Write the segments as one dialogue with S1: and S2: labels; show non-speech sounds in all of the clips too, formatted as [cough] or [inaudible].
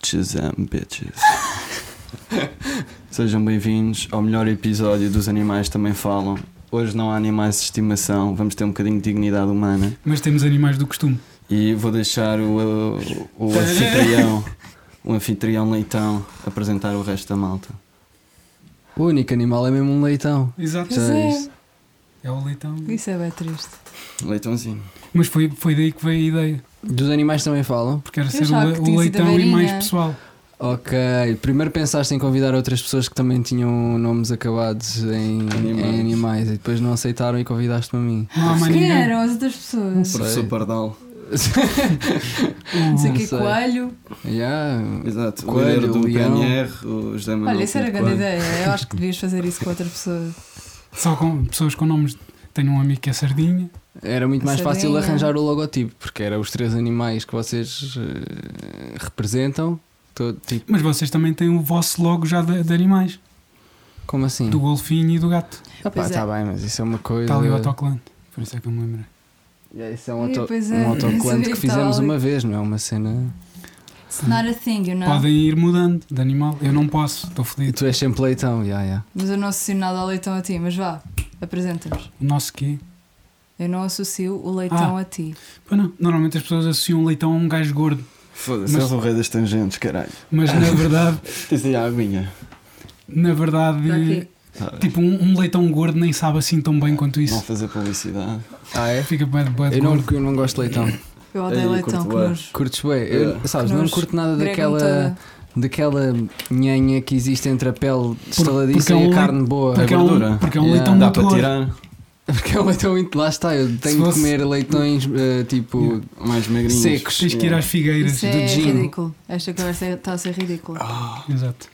S1: Bitches and bitches. [laughs] Sejam bem-vindos ao melhor episódio dos Animais Também Falam. Hoje não há animais de estimação, vamos ter um bocadinho de dignidade humana.
S2: Mas temos animais do costume.
S1: E vou deixar o, o, o anfitrião, o anfitrião leitão, apresentar o resto da malta.
S3: O único animal é mesmo um leitão.
S2: Exato.
S3: Já
S4: é.
S3: disse.
S2: É o leitão.
S4: Isso é bem triste.
S1: Leitãozinho.
S2: Mas foi, foi daí que veio a ideia.
S3: Dos animais também falam.
S2: Porque era
S4: Eu
S2: ser o,
S4: achava
S2: le-
S4: que
S2: o
S4: tinha sido a
S2: leitão e
S4: varinha.
S2: mais pessoal.
S3: Ok. Primeiro pensaste em convidar outras pessoas que também tinham nomes acabados em em
S1: Animais.
S3: animais, e depois não aceitaram e convidaste-me
S2: [laughs]
S3: a mim.
S2: Não há mais
S4: Quem
S2: ninguém.
S4: eram as outras pessoas?
S3: Sei.
S1: Professor Pardal.
S4: Não sei
S3: Não
S4: o que, é
S3: sei.
S4: coelho.
S3: Yeah.
S1: Exato. O
S3: Coelho,
S1: líder do
S3: Leão.
S1: PNR, o José Manuel.
S4: Olha, isso era
S1: Pinto
S4: grande
S1: Coelho.
S4: ideia. Eu acho que devias fazer isso com outra pessoa.
S2: Só com pessoas com nomes. Tenho um amigo que é sardinha.
S3: Era muito mais fácil
S4: Sardinha.
S3: arranjar o logotipo, porque era os três animais que vocês eh, representam. Todo tipo,
S2: Mas vocês também têm o vosso logo já de, de animais.
S3: como assim?
S2: Do golfinho e do gato.
S3: Ah, pá,
S4: Pois é.
S3: tá bem, mas isso é uma coisa.
S2: Está Tá ali o autocolante. Por isso é que eu me lembrei.
S3: Yeah, isso é um,
S4: Ih,
S3: auto...
S4: pois é,
S3: um autocolante que
S4: [laughs] isso é
S3: fizemos
S4: tal.
S3: uma vez, não é? Uma cena.
S4: It's not a thing, you know.
S2: Hum. Podem ir mudando de animal. Eu não posso. Estou
S3: E
S2: fodido.
S3: tu és sempre leitão, yeah, yeah.
S4: Mas eu não associo nada ao leitão a ti. Mas vá, apresenta-nos.
S2: O nosso quê?
S4: Eu não associo o
S2: Ah.
S4: leitão a ti.
S2: Pois não. Normalmente as pessoas associam um leitão a um gajo gordo.
S1: Foda-se,
S2: Mas-
S1: és o rei das tangentes, caralho.
S2: Mas na verdade,
S1: Tens aí a aguinha.
S2: na
S4: Para
S2: verdade,
S4: quê?
S1: Ah,
S2: tipo um, um leitão gordo nem sabe assim tão bem quanto
S1: Não
S2: isso.
S1: fazer publicidade.
S3: Ah, é?
S2: Fica bad, bad
S3: Eu não,
S2: gordo.
S3: eu não gosto de leitão.
S4: Eu odeio
S1: Ei,
S4: leitão,
S1: curto
S4: que
S1: bué.
S4: nos
S3: Curtes bem. Eu,
S1: Yeah.
S3: sabes, não
S4: Nós
S3: curto nada daquela, daquela nhanha que existe entre a pele
S2: porque
S3: estaladiça
S2: é um
S3: e
S2: lei-
S3: a carne boa.
S2: Porque é um,
S1: gordura.
S2: porque é um
S3: Yeah.
S2: leitão
S1: Dá
S2: muito
S1: para
S2: gordo.
S1: tirar
S3: [laughs] Porque é um leitão muito. Lá está, eu tenho
S2: fosse-
S3: de comer leitões eh, tipo
S2: Yeah.
S1: mais magrinhos.
S3: secos.
S2: Tens que ir às figueiras.
S4: Isso é
S3: gin.
S4: ridículo. Esta conversa está a ser ridícula.
S2: Ah, Exato.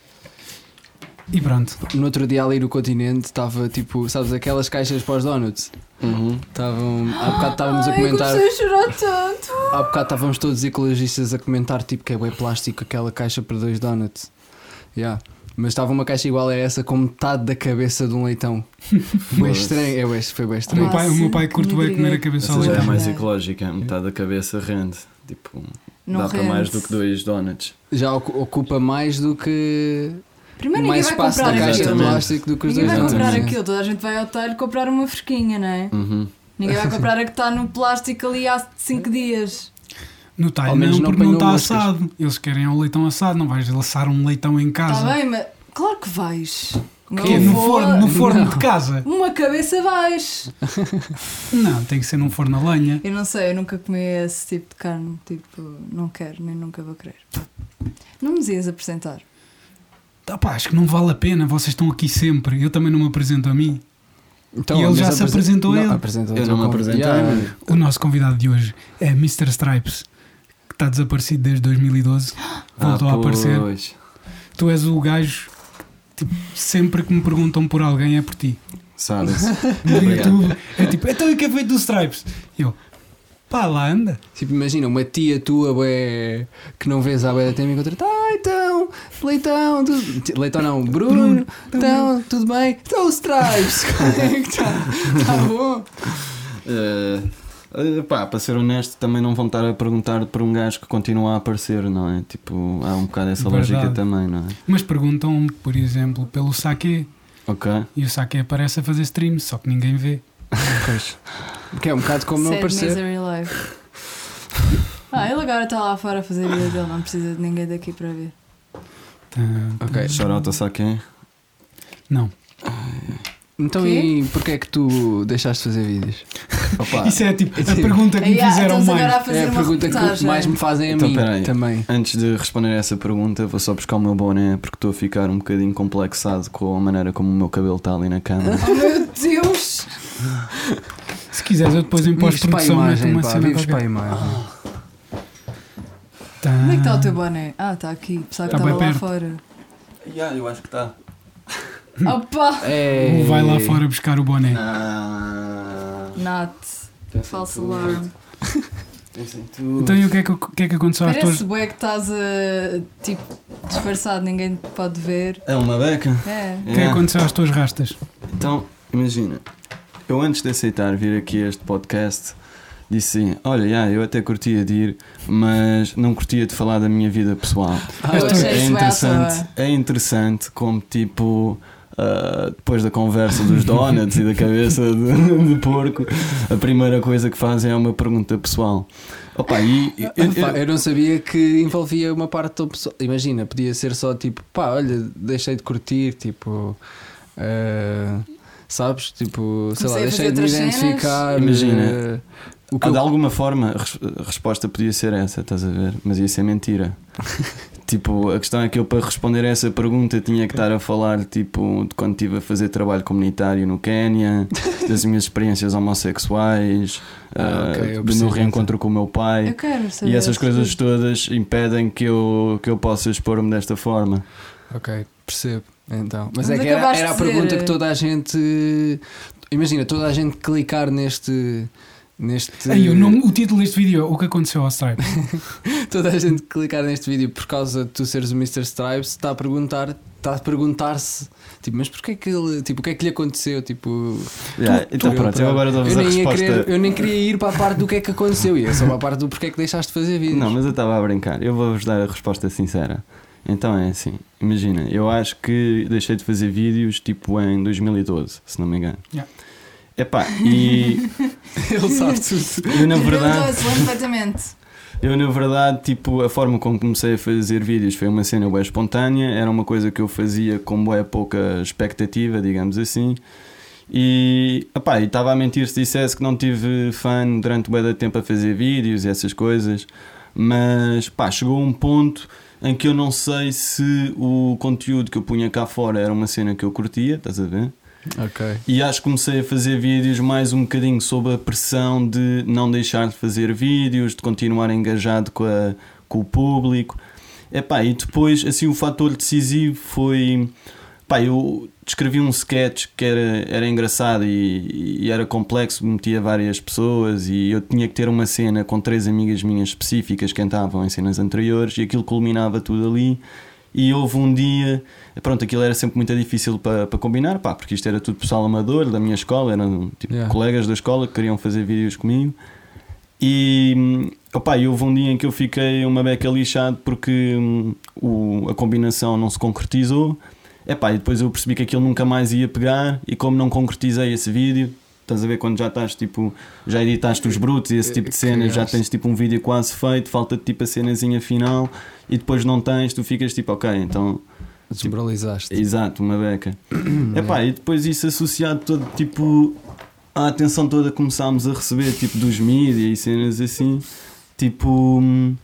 S2: E pronto.
S3: No outro dia ali no continente estava tipo, sabes, aquelas caixas para os donuts.
S1: Uhum.
S3: Estavam. Há bocado estávamos a
S4: Ai,
S3: comentar.
S4: comecei a chorar tanto.
S3: Há bocado estávamos todos ecologistas a comentar tipo que é bué plástico aquela caixa para dois donuts. Yeah. Mas estava uma caixa igual a essa com metade da cabeça de
S2: [laughs]
S3: um leitão. Foi
S1: Foda-se.
S3: estranho, é, bué- foi bem
S2: O
S3: estranho.
S2: meu pai, o meu
S4: Nossa,
S2: pai
S4: que
S2: curte bem
S4: medida.
S2: comer a cabeça ao
S1: Essa já é
S2: leitão.
S1: mais ecológica, metade da cabeça rende. Tipo,
S4: Não
S1: dá para mais
S4: rende.
S1: do que dois donuts.
S3: Já ocu- ocupa mais do que
S4: Primeiro
S3: mais
S4: ninguém vai
S3: espaço da
S4: comprar
S3: caixa de
S4: aquilo.
S1: Exatamente.
S3: plástico do que os
S4: Ninguém
S3: dois
S4: vai
S3: donuts.
S4: comprar
S3: é.
S4: aquilo. Toda a gente vai ao talho comprar uma fresquinha, não é?
S1: Uhum.
S4: Ninguém vai comprar a que está no plástico ali há 5 dias.
S2: No talho
S3: Ao menos
S2: não,
S3: não
S2: porque não está
S3: apanhou moscas.
S2: assado. Eles querem um leitão assado, não vais laçar um leitão em
S4: Está
S2: casa.
S4: Tá bem, mas claro que vais. Não
S2: Que é no
S4: vou-
S2: forno, no forno
S3: Não.
S2: de casa.
S4: Uma cabeça vais.
S2: Não, tem que ser num forno a lenha.
S4: Eu não sei, eu nunca comi esse tipo de carne. Tipo, não quero, nem nunca vou querer. Não me ias apresentar.
S2: Tá, pá, acho que não vale a pena, vocês estão aqui sempre. Eu também não me apresento a mim.
S3: Então,
S2: E ele
S3: mas
S2: já se
S3: apresen-
S2: apresentou a
S3: não,
S2: ele.
S3: apresentou
S1: Eu não me apresentei.
S2: O nosso convidado de hoje é Mr. Stripes, que está desaparecido desde 2012.
S3: Ah,
S2: Voltou a aparecer.
S1: Ah, pois.
S2: Tu és o gajo que tipo, sempre que me perguntam por alguém é por ti. [laughs]
S1: Sabes?
S2: No
S1: Obrigado.
S2: YouTube é tipo, então e o que é feito dos Stripes? E eu, pá, lá anda.
S3: Tipo, imagina, uma tia tua bué, que não vês há bué da tempo e encontra-te, ah, então, Leitão, tu... Tipo, Leitão não, Bruno,
S2: tá
S3: então, tudo bem? Então, os
S4: [laughs]
S3: Stripes, como é que está? Está bom?
S1: Eh, eh, pá, para ser honesto, também não vão estar a perguntar por um gajo que continua a aparecer, não é? Tipo, há um bocado essa
S2: Verdade.
S1: lógica também, não é?
S2: Mas perguntam, por exemplo, pelo saque.
S1: Ok.
S2: E o saque aparece a fazer stream, só que ninguém vê.
S3: Que é um bocado como não
S4: Sad
S3: aparecer.
S4: misery life. Ah, ele agora está lá fora a fazer a vida dele, não precisa de ninguém daqui para ver.
S2: Tá,
S4: é-
S2: tá.
S3: Ok.
S1: Chorota, sabe quem?
S2: Não.
S3: Então,
S4: Quê?
S3: e porquê é que tu deixaste de fazer
S4: [laughs]
S3: vídeos?
S1: Opa,
S2: Isso é tipo a
S3: Sim.
S2: pergunta que me
S4: Ah,
S2: fizeram
S4: estamos
S2: mais.
S4: agora a fazer
S3: é a
S4: uma
S3: pergunta que
S4: reportagem.
S3: mais me fazem a
S1: Então,
S3: mim
S1: peraí.
S3: também.
S1: Antes de responder a essa pergunta, vou só buscar o meu boné porque estou a ficar um bocadinho complexado com a maneira como o meu cabelo está ali na câmera.
S4: Oh meu Deus!
S2: Se quiseres, eu depois em
S3: Vives para a
S2: pós-produção meto
S3: imagem,
S2: uma
S3: pá,
S2: cena
S3: vives para a
S2: qualquer.
S3: imagem.
S2: Tá.
S4: Onde é que está o teu boné? Ah, está aqui, pensava que
S2: Está Tá bem
S4: estava lá
S2: perto. [laughs]
S4: fora.
S1: [laughs] yeah, eu acho que tá. está.
S4: Opa!
S3: É...
S2: Vai lá fora buscar o boné.
S1: Ah.
S4: Nat, false alarm.
S2: Então e o que é que, o que, é que aconteceu às tuas...
S4: Parece bué que estás a. tipo, disfarçado, ninguém te pode ver.
S1: É uma beca?
S4: É.
S2: O que é que aconteceu às tuas rastas?
S1: Então, imagina, eu antes de aceitar vir aqui a este podcast, Disse assim: Olha, yeah, eu até curtia de ir, mas não curtia de falar da minha vida pessoal.
S3: Ah,
S4: Eu
S3: ok.
S4: achei
S1: é
S4: isso bem à
S1: interessante,
S4: toa.
S1: é interessante como tipo. ah, depois da conversa dos donuts e da cabeça de, de porco, a primeira coisa que fazem é uma pergunta pessoal. Opa, e, e- eu-
S3: Pá,
S1: eu-
S3: eu não sabia que envolvia uma parte tão pessoal. Imagina, podia ser só tipo, pá, olha, deixei de curtir, tipo. eh, sabes? Tipo, sei lá,
S4: Comecei
S3: deixei de me
S4: a fazer outras cenas.
S3: identificar.
S1: Imagina.
S3: eh, o que
S1: Ah,
S3: eu-
S1: de alguma forma a res- a resposta podia ser essa, estás a ver? Mas ia ser
S3: [laughs]
S1: mentira. tipo, a questão é que eu para responder a essa pergunta tinha que estar a falar tipo de quando estive a fazer trabalho comunitário no
S3: [laughs]
S1: Quénia, das minhas experiências homossexuais,
S3: Ah,
S1: ah,
S3: ok, eu
S1: do
S3: percebi,
S1: meu
S3: então.
S1: reencontro com o meu
S4: Eu
S1: pai.
S4: quero saber.
S1: E essas coisas
S4: tudo.
S1: todas impedem que eu, que eu possa expor-me desta forma.
S3: Ok, percebo. Então, mas,
S4: Mas
S3: é que era,
S4: acabaste
S3: era a
S4: de dizer-
S3: pergunta que toda a gente. Imagina, toda a gente clicar neste. Neste.
S2: Aí, o, nome- o título deste vídeo é O que aconteceu ao Stripe.
S3: Toda a gente clicar neste vídeo por causa de tu seres o Mr. Stripes está a perguntar. Está a perguntar-se, tipo, mas porquê que ele, tipo, o que é que lhe aconteceu? Tipo,
S1: Yeah,
S3: tu-
S1: então
S3: tu-
S1: pronto, eu agora dou-vos
S3: eu
S1: a
S3: nem, ia
S1: resposta.
S3: querer- eu nem queria ir para a parte do que é que aconteceu, ia só para a parte do porquê é que deixaste de fazer vídeos.
S1: Não, mas eu estava a brincar. Eu vou-vos dar a resposta sincera. Então é assim, imagina, eu acho que deixei de fazer vídeos tipo em 2012, se não me engano.
S2: Yeah.
S1: Epá, e
S3: [laughs] ele sabe tudo.
S1: eu na
S4: [laughs] Eu
S1: verdade,
S4: dou-se completamente.
S1: eu na verdade, tipo, a forma como comecei a fazer vídeos foi uma cena bem espontânea, era uma coisa que eu fazia com bem pouca expectativa, digamos assim. E epá, e estava a mentir se dissesse que não tive fã durante bué de tempo a fazer vídeos e essas coisas, mas pá, chegou um ponto em que eu não sei se o conteúdo que eu punha cá fora era uma cena que eu curtia, estás a ver?
S3: Ok.
S1: E acho que comecei a fazer vídeos mais um bocadinho sob a pressão de não deixar de fazer vídeos, de continuar engajado com, a- com o público. Epá, e depois, assim, o fator decisivo foi. Pá, eu descrevi um sketch que era, era engraçado e, e era complexo, metia várias pessoas e eu tinha que ter uma cena com três amigas minhas específicas que cantavam em cenas anteriores e aquilo culminava tudo ali. E houve um dia, pronto, aquilo era sempre muito difícil para, para combinar, pá, porque isto era tudo pessoal amador da minha escola, eram tipo,
S3: Yeah.
S1: colegas da escola que queriam fazer vídeos comigo. E hum, opá, e houve um dia em que eu fiquei uma beca lixado porque hum, o- a combinação não se concretizou. Epá, e depois eu percebi que aquilo nunca mais ia pegar e como não concretizei esse vídeo, estás a ver quando já estás tipo, já editaste os brutos e esse tipo de cenas, já tens tipo um vídeo quase feito, falta-te tipo a cenazinha final e depois não tens, tu ficas tipo, ok, então
S3: Desmoralizaste.
S1: Exato, uma beca. Epá, e depois isso associado todo tipo à atenção toda que começámos a receber, tipo dos mídias e cenas assim, tipo. hum,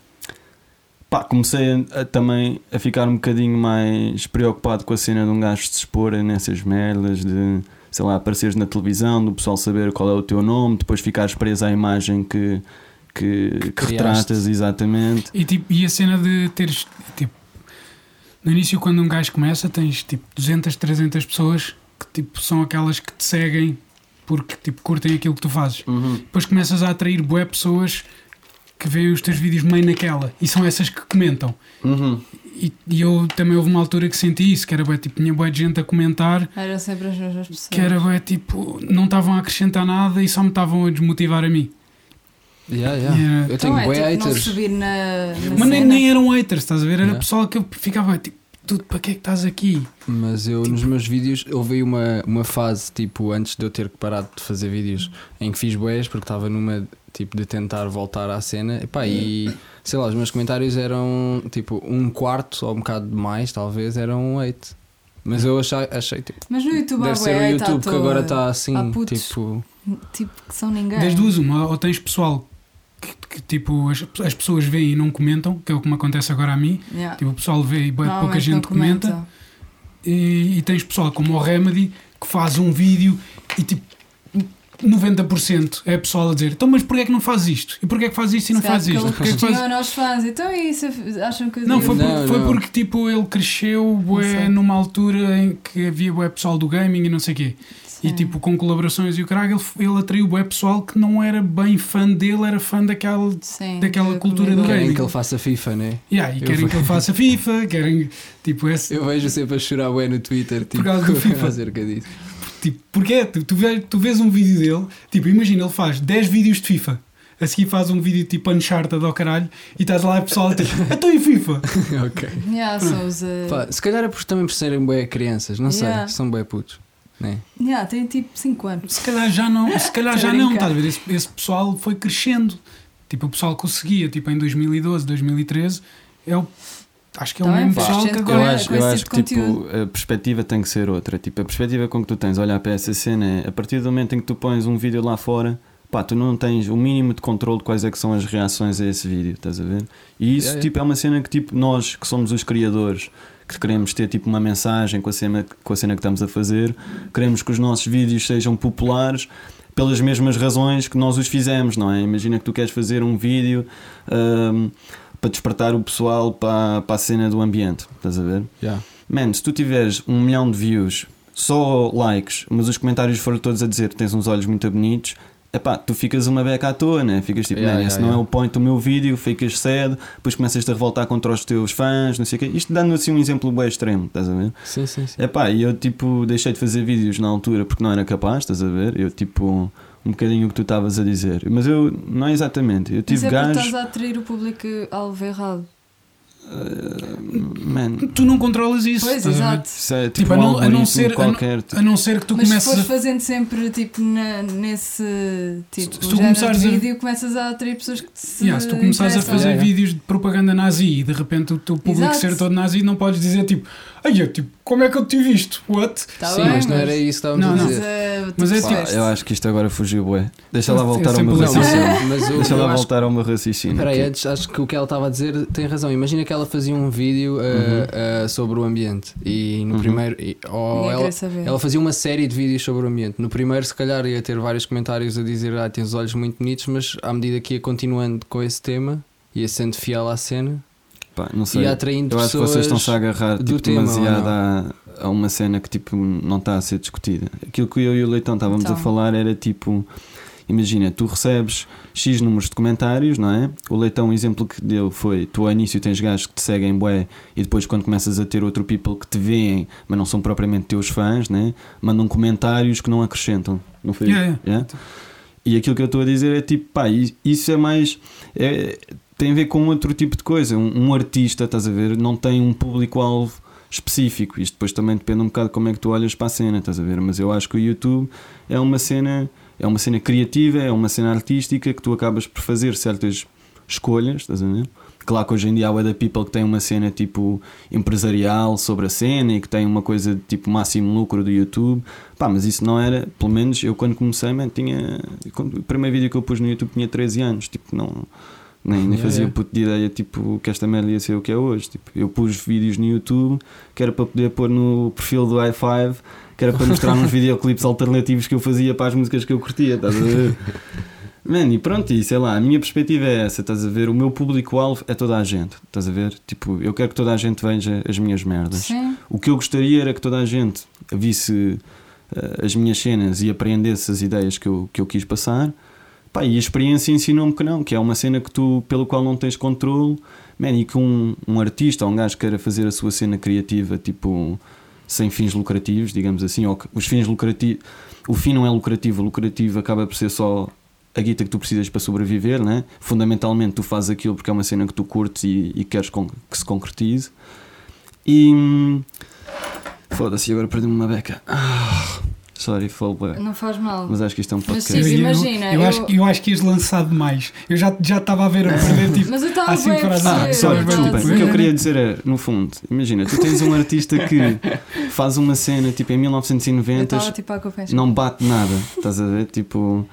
S1: Pá, comecei a- a- também a ficar um bocadinho mais preocupado com a cena de um gajo se expor nessas merdas de, sei lá, apareceres na televisão, do pessoal saber qual é o teu nome, depois ficares preso à imagem que, que, que
S3: criaste.
S1: retratas, exatamente.
S2: E, tipo, e a cena de teres, tipo, no início, quando um gajo começa, tens tipo 200, 300 pessoas que tipo, são aquelas que te seguem porque tipo, curtem aquilo que tu fazes.
S1: Uhum,
S2: Depois começas a atrair bué pessoas que veem os teus vídeos meio naquela e são essas que comentam.
S1: Uhum.
S2: E, e eu também houve uma altura que senti isso, que era bué, tipo, tinha bué de gente a comentar
S4: Eram sempre as mesmas pessoas.
S2: que era bué, tipo, não estavam a acrescentar nada e só me estavam a desmotivar a mim.
S3: Yeah, yeah.
S2: Yeah.
S3: Eu
S4: Então
S3: tenho
S4: é,
S3: bué
S4: tipo, não
S3: haters.
S4: subir na. na
S2: Mas nem,
S4: cena.
S2: nem eram haters, estás a ver? Era
S3: Yeah.
S2: pessoal que eu ficava tipo, tudo para que é que estás aqui?
S3: Mas eu nos meus vídeos houve aí uma, uma fase, tipo, antes de eu ter parado de fazer vídeos em que fiz boias porque estava numa tipo de tentar voltar à cena. Epá, e sei lá, os meus comentários eram tipo um quarto ou um bocado mais, talvez, eram um hate. Mas eu achei, achei tipo,
S4: Mas no YouTube há
S3: deve ser o
S4: bué, tá à
S3: YouTube que
S4: toa.
S3: agora está assim,
S2: Ah,
S4: Há putos.
S3: tipo,
S4: Tipo, que são ninguém.
S2: Das duas, uma, ou tens pessoal que, que, tipo as, as pessoas veem e não comentam, que é o que me acontece agora a mim.
S4: Yeah.
S2: Tipo, o pessoal vê e bué de pouca
S4: Normalmente
S2: gente
S4: não
S2: comenta. E, e tens pessoal como o Remedy que faz um vídeo e tipo 90% é pessoal a dizer então, mas porquê é que não faz isto? E porquê é que faz isto e não
S4: Se calhar
S2: faz isto? Porquê é
S4: porque eles
S2: que faz-
S4: tinham a nós fãs, então e isso acham que eu
S2: Não,
S4: devo-
S2: foi, por-
S3: Não,
S2: foi
S3: não.
S2: porque tipo ele cresceu
S4: Não
S2: bué,
S4: sei.
S2: numa altura em que havia bué pessoal do gaming e não sei o quê. E
S4: Sim.
S2: tipo, com colaborações e o caralho, ele, ele atraiu bué pessoal que não era bem fã dele, era fã daquela.
S4: Sim,
S2: daquela
S4: da
S2: cultura do
S4: comunidade.
S3: querem
S2: gaming.
S3: que ele faça FIFA, né?
S2: Yeah, e
S3: Eu
S2: querem
S3: vou-
S2: que ele faça FIFA, querem. Tipo, esse,
S3: Eu vejo sempre a chorar bué no Twitter, tipo,
S2: causa
S3: [laughs]
S2: do FIFA.
S3: acerca disso.
S2: tipo porque é? Tu, tu, vês, tu vês um vídeo dele, tipo, imagina, ele faz 10 vídeos de FIFA. a seguir faz um vídeo tipo Uncharted ao caralho e estás lá e o pessoal
S4: [laughs]
S2: tipo, estou em FIFA.
S3: ok.
S2: É.
S4: Yeah, só eh, usa.
S3: Pá, se calhar é por também por serem bué crianças, não
S4: Yeah.
S3: sei, são bué putos. Né?
S4: Yeah, tem tipo 5 anos.
S2: Se calhar já não, se calhar
S4: Tô
S2: já
S4: a
S2: não, estás
S4: brincar.
S2: a ver? Esse, esse pessoal foi crescendo. Tipo, o pessoal conseguia, tipo, em 2012, 2013, é o, acho que é o
S4: Também
S2: mesmo
S4: faz
S2: pessoal que
S4: gente
S1: Eu
S4: Com-
S2: agora.
S1: acho,
S4: com
S1: eu
S4: esse
S1: acho
S4: tipo
S1: que
S4: de
S1: tipo, a perspectiva tem que ser outra. Tipo, a perspectiva com que tu tens a olhar para essa cena é a partir do momento em que tu pões um vídeo lá fora, pá, tu não tens o mínimo de controle de quais é que são as reações a esse vídeo, estás a ver? E isso
S3: Yeah, yeah.
S1: tipo, é uma cena que tipo, nós que somos os criadores, que queremos ter tipo uma mensagem com a cena, com a cena que estamos a fazer, queremos que os nossos vídeos sejam populares pelas mesmas razões que nós os fizemos, não é? Imagina que tu queres fazer um vídeo hum, para despertar o pessoal para, para a cena do ambiente, estás a ver? Man, se tu tiveres um milhão de views, só likes, mas os comentários foram todos a dizer que tens uns olhos muito bonitos, epá, tu ficas uma beca à toa, né? Ficas tipo,
S3: Yeah,
S1: man,
S3: yeah,
S1: esse não é
S3: yeah.
S1: o point do meu vídeo, ficas cedo, depois começas-te a revoltar contra os teus fãs, não sei o quê. Isto dando assim um exemplo bem extremo, estás a ver?
S3: Sim, sim, sim.
S1: Epá, e eu tipo deixei de fazer vídeos na altura porque não era capaz, estás a ver? Eu tipo um bocadinho o que tu estavas a dizer, mas eu não é exatamente, eu
S4: Mas
S1: tive
S4: é porque
S1: gajos.
S4: estás a atrair o público alvo errado.
S1: Man,
S2: Tu não controlas isso.
S4: Pois,
S2: estás a ver?
S4: exato.
S1: isso é tipo,
S2: Tipo, a
S1: um
S2: não- a não
S1: algoritmo
S2: ser- a não-
S1: qualquer.
S2: A não ser que tu
S4: Mas se
S2: comeces
S4: fores
S2: a...
S4: fazendo sempre tipo na- nesse tipo
S2: Se tu
S4: género
S2: começares a-
S4: de vídeo, começas a atrair pessoas que te se
S2: Yeah, se tu começares a
S4: interessam.
S2: fazer
S3: Yeah, yeah.
S2: vídeos de propaganda nazi e de repente o teu público
S4: Exato.
S2: ser todo nazi, não podes dizer tipo, ai eu, tipo, como é que eu te visto? What?
S4: Tá
S3: sim,
S4: bem,
S3: mas não era isso que estávamos
S2: Não,
S3: a
S2: não.
S3: dizer.
S4: Mas,
S2: Mas
S4: uh,
S2: é
S4: tu
S1: Pá,
S4: percebes.
S1: eu acho que isto agora fugiu, bué. Deixa lá
S2: É
S1: voltar ao
S2: sempre
S1: meu
S2: o
S3: Não, mas,
S1: raciocínio.
S3: mas eu,
S1: Deixa
S3: eu
S1: lá
S3: acho
S1: voltar ao meu raciocínio.
S3: Espera aí, é
S1: que-
S3: antes, acho que o que ela estava a dizer tem razão. Imagina que ela fazia um vídeo uh, uh, sobre o ambiente e no
S1: Uhum.
S3: primeiro. e- ou
S4: Ninguém
S3: ela,
S4: queria saber.
S3: ela fazia uma série de vídeos sobre o ambiente. No primeiro, se calhar, ia ter vários comentários a dizer: Ah, tens os olhos muito bonitos, mas à medida que ia continuando com esse tema, ia sendo fiel à cena,
S1: Pá, não sei.
S3: ia atraindo
S1: Eu acho que
S3: pessoas.
S1: vocês estão-se a agarrar
S3: do
S1: tipo,
S3: tema, ou
S1: demasiado à- a, uma cena que tipo, não está a ser discutida. Aquilo que eu e o Leitão estávamos
S4: Então.
S1: a falar era tipo: imagina, tu recebes X números de comentários, não é? O Leitão, o exemplo que deu foi: tu ao início tens gajos que te seguem, bué, e depois quando começas a ter outro people que te veem, mas não são propriamente teus fãs, né? mandam comentários que não acrescentam. Não foi?
S2: Yeah, yeah.
S1: Yeah? E aquilo que eu estou a dizer é tipo, pá, i- isso é mais. é- tem a ver com outro tipo de coisa. Um, um artista, estás a ver, não tem um público-alvo específico. Isto depois também depende um bocado de como é que tu olhas para a cena, estás a ver? Mas eu acho que o YouTube é uma cena. É uma cena criativa, é uma cena artística que tu acabas por fazer certas escolhas, estás a ver? Claro que hoje em dia há bué da people que tem uma cena tipo empresarial sobre a cena e que tem uma coisa de tipo máximo lucro do YouTube. Pá, mas isso não era, pelo menos eu quando comecei, man, tinha. quando- o primeiro vídeo que eu pus no YouTube tinha 13 anos, tipo, não. Nem, nem
S3: Yeah,
S1: fazia
S3: yeah.
S1: puto de ideia tipo, que esta merda ia ser o que é hoje. Tipo, eu pus vídeos no YouTube que era para poder pôr no perfil do i5, que era para mostrar
S3: [laughs]
S1: uns videoclipes alternativos que eu fazia para as músicas que eu curtia, estás a ver? Mano, e pronto, e sei lá, a minha perspectiva é essa, estás a ver? O meu público-alvo é toda a gente, estás a ver? Tipo, eu quero que toda a gente veja as minhas merdas.
S4: Sim.
S1: O que eu gostaria era que toda a gente visse eh, as minhas cenas e apreendesse as ideias que eu, que eu quis passar. Pá, e a experiência ensinou-me que não, que é uma cena que tu, pelo qual não tens controle, man, e que um, um artista ou um gajo queira fazer a sua cena criativa, tipo, sem fins lucrativos, digamos assim, ou que os fins lucrativos, o fim não é lucrativo, o lucrativo acaba por ser só a guita que tu precisas para sobreviver, né? fundamentalmente tu fazes aquilo porque é uma cena que tu curtes e, e queres con- que se concretize. E. hum, Foda-se, agora perdi-me uma beca. Ah, sorry, fall back.
S4: Não faz mal.
S1: Mas acho que isto é um
S4: Mas
S1: podcast.
S4: sim. imagina,
S2: eu,
S4: eu-
S2: acho, eu acho que ias lançar demais. Eu já já estava a ver a
S1: [laughs]
S2: perder tipo.
S4: Mas eu estava
S2: Há cinco
S4: bem a
S2: frases.
S1: Ah,
S4: perceber,
S1: sorry,
S4: eu
S2: mas
S4: estava a
S1: desculpem. O que eu
S4: dizer.
S1: queria dizer é, no fundo, imagina, tu tens um artista
S4: [laughs]
S1: que faz uma cena tipo em
S4: Eu
S1: 1990,
S4: estava tipo a confessar.
S1: não bate nada, estás a ver? Tipo,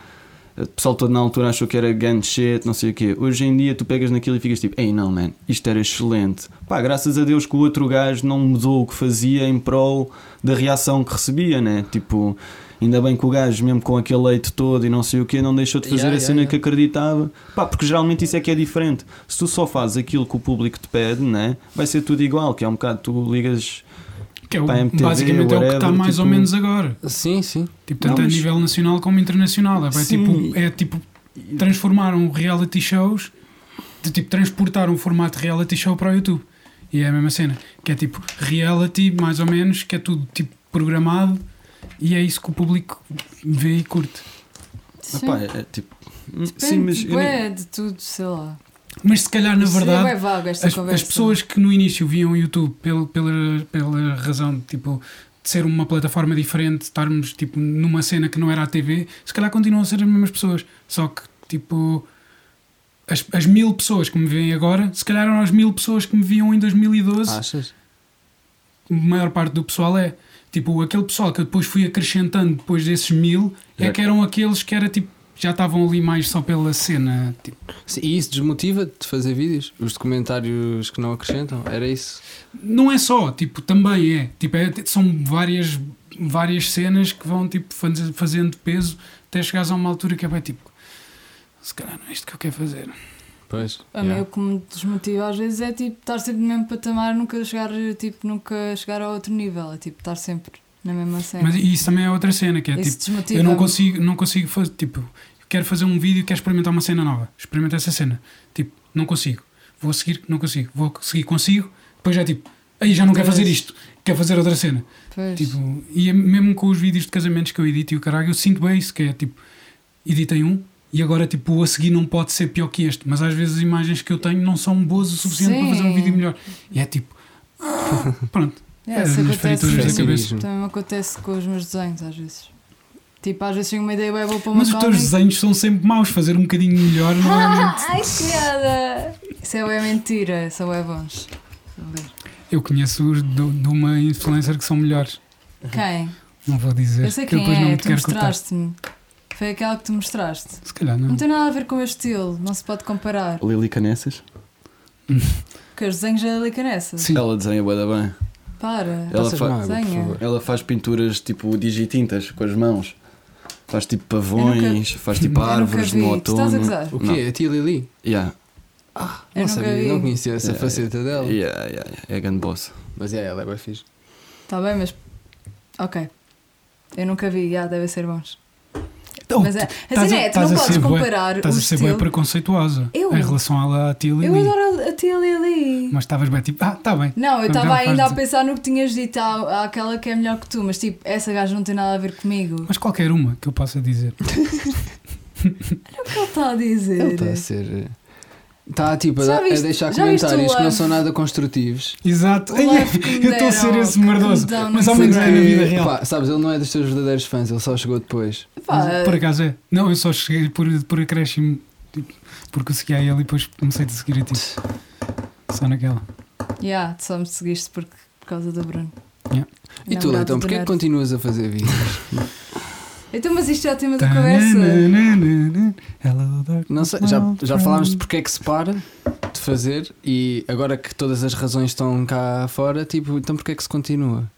S1: o pessoal todo na altura achou que era grande shit, não sei o quê. Hoje em dia tu pegas naquilo e ficas tipo, ei não, man, isto era excelente. Pá, graças a Deus que o outro gajo não mudou o que fazia em prol da reação que recebia, né? Tipo, ainda bem que o gajo, mesmo com aquele leite todo e não sei o quê, não deixou de fazer
S3: Yeah,
S1: a
S3: yeah,
S1: cena
S3: yeah.
S1: que acreditava. Pá, porque geralmente isso é que é diferente. Se tu só fazes aquilo que o público te pede, né? Vai ser tudo igual, que é um bocado tu ligas.
S2: Que é o-
S1: Pá, MTV,
S2: basicamente é o que está
S1: whatever,
S2: mais ou
S1: tipo-
S2: menos agora.
S3: Sim, sim.
S2: Tipo, tanto
S1: Não, mas-
S2: a nível nacional como internacional. É, pá, é
S1: Sim.
S2: tipo, é tipo, transformaram reality shows, de, tipo, transportaram o formato reality show para o YouTube. E é a mesma cena. Que é tipo reality, mais ou menos, que é tudo tipo programado e é isso que o público vê e curte.
S4: Sim.
S1: Epá, é, é tipo, Hum,
S4: Depende,
S1: Sim, mas. eu
S4: tipo,
S1: nem-
S4: é de tudo, sei lá.
S2: Mas se calhar, na
S4: Isto é
S2: verdade,
S4: bué vago esta
S2: as,
S4: conversa.
S2: as pessoas que no início viam o YouTube pelo, pela, pela razão de, tipo, de ser uma plataforma diferente, estarmos tipo, numa cena que não era a TV, se calhar continuam a ser as mesmas pessoas. Só que, tipo, as, as mil pessoas que me veem agora, se calhar eram as mil pessoas que me viam em 2012,
S3: Achas?
S2: a maior parte do pessoal é. Tipo, aquele pessoal que eu depois fui acrescentando depois desses mil, é
S1: Já-
S2: que eram aqueles que era tipo. Já estavam ali mais só pela cena. Tipo,
S3: Sim, E isso desmotiva-te de fazer vídeos? Os documentários que não acrescentam? Era isso?
S2: não é só, tipo, também é. Tipo, é- são várias, várias cenas que vão tipo, faz- fazendo peso até chegares a uma altura que é bem tipo. Se calhar não é isto que eu quero fazer.
S3: Pois.
S4: A
S3: yeah.
S4: mim, o que me desmotiva às vezes é tipo estar sempre no mesmo patamar, nunca chegar, tipo, nunca chegar a outro nível. É tipo estar sempre na mesma cena.
S2: Mas isso também é outra cena que é
S4: Isso
S2: tipo.
S4: desmotiva.
S2: Eu não consigo, não consigo fazer, tipo, eu quero fazer um vídeo e quero experimentar uma cena nova. Experimento essa cena. Tipo, não consigo. Vou seguir, não consigo. Vou seguir, consigo. Depois já tipo, aí já não quero fazer
S4: Pois.
S2: isto. Quero fazer outra cena.
S4: Pois.
S2: Tipo, e é mesmo com os vídeos de casamentos que eu edito e o caralho, eu sinto bem isso, que é tipo, editei um e agora tipo, o a seguir não pode ser pior que este, mas às vezes as imagens que eu tenho não são boas o suficiente para fazer um
S4: Sim.
S2: vídeo melhor. E é
S4: [laughs]
S2: tipo, ah, pronto,
S4: É,
S2: É,
S4: isso
S2: nas
S4: acontece.
S2: frituras
S3: da cabeça.
S4: Também me acontece com os meus desenhos às vezes. Tipo, às vezes tenho uma ideia bem boa para uma
S2: mas os teus
S4: cómic.
S2: desenhos são sempre maus, fazer um bocadinho melhor não
S4: [laughs]
S2: é muito.
S4: Ai, piada! Isso é bué mentira, são é bons. Vão ver.
S2: Eu conheço os do- de uma influencer que são melhores,
S4: Quem?
S2: não vou dizer,
S4: Eu sei
S2: que eu
S4: quem
S2: depois não
S4: é,
S2: me
S4: tu
S2: quero cortar.
S4: mostraste-me. Foi aquela que tu mostraste.
S2: Se calhar não.
S4: Não tem nada a ver com o meu estilo, não se pode comparar.
S1: Lili Canessas?
S4: Porque os desenhos da Lica nessa.
S2: Sim.
S1: Ela desenha bué da bem.
S4: Para.
S1: Ela
S3: Passas
S1: fa-
S3: na água, por
S4: Desenha.
S3: favor.
S1: Ela faz pinturas tipo digitintas com as mãos. Faz tipo
S4: Eu
S1: pavões,
S4: nunca-
S1: faz tipo
S4: [laughs] Eu
S1: árvores
S4: nunca vi.
S1: no
S4: Tu estás a
S1: outono.
S4: gozar?
S3: O
S1: Não.
S3: quê? A tia Lili?
S1: Yeah,
S4: Eu
S3: não
S4: nunca
S3: sabia,
S4: vi.
S3: não conhecia essa
S1: Yeah,
S3: faceta dela.
S1: yeah, yeah, yeah. É grande boss.
S3: Mas é, ela é bem fixe.
S4: Está Tá bem, mas. Ok. Eu nunca vi, já devem ser bons.
S2: Então,
S4: mas é, a
S2: estás
S4: cena
S2: a-
S4: é, tu
S2: estás
S4: não
S2: a
S4: podes
S2: ser bué-
S4: comparar o
S2: Estás a ser bem
S4: estilo.
S2: preconceituosa
S4: Eu?
S2: em relação à la- à tia
S4: Eu
S2: Lili.
S4: adoro a tia Lili.
S2: Mas estavas bem tipo, ah, está bem.
S4: Não, eu
S2: Então,
S4: estava
S2: faz
S4: ainda a
S2: de-
S4: pensar no que tinhas dito à- àquela que é melhor que tu, mas tipo, essa gaja não tem nada a ver comigo.
S2: Mas qualquer uma que eu possa dizer. [laughs]
S4: O que ele está a dizer?
S3: Ele
S2: tá
S3: está tá a ser. Está tipo a,
S4: Já
S3: dar- a
S4: viste-
S3: deixar
S4: já viste o
S3: comentários que não
S4: love?
S3: são nada construtivos.
S2: Exato.
S4: O
S2: Ai,
S4: leve que me
S2: [laughs] eu estou a ser
S4: deram,
S2: esse
S4: que me
S2: merdoso.
S4: dão no
S2: Mas ao menos é na
S4: Instagram.
S2: vida real.
S3: Pá, sabes, ele não é dos teus verdadeiros fãs, ele só chegou depois.
S4: Pá,
S2: Por acaso é. Não, eu só cheguei por, por acréscimo. tipo, Porque eu segui a ele e depois comecei a seguir a ti. Só naquela.
S4: yeah, tu só me seguiste porque, por causa do Bruno.
S2: Yeah.
S3: E
S4: Namorado
S3: tu, então,
S4: do
S3: porquê é que
S4: Bernardo.
S3: continuas a fazer vídeos?
S4: Então, mas isto é o
S2: Tá,
S4: tema da
S2: né,
S4: conversa.
S2: Tananana, hello, dark
S3: Não sei, já, já falámos de porque é que se para de fazer e agora que todas as razões estão cá fora, tipo, então porquê é que se continua?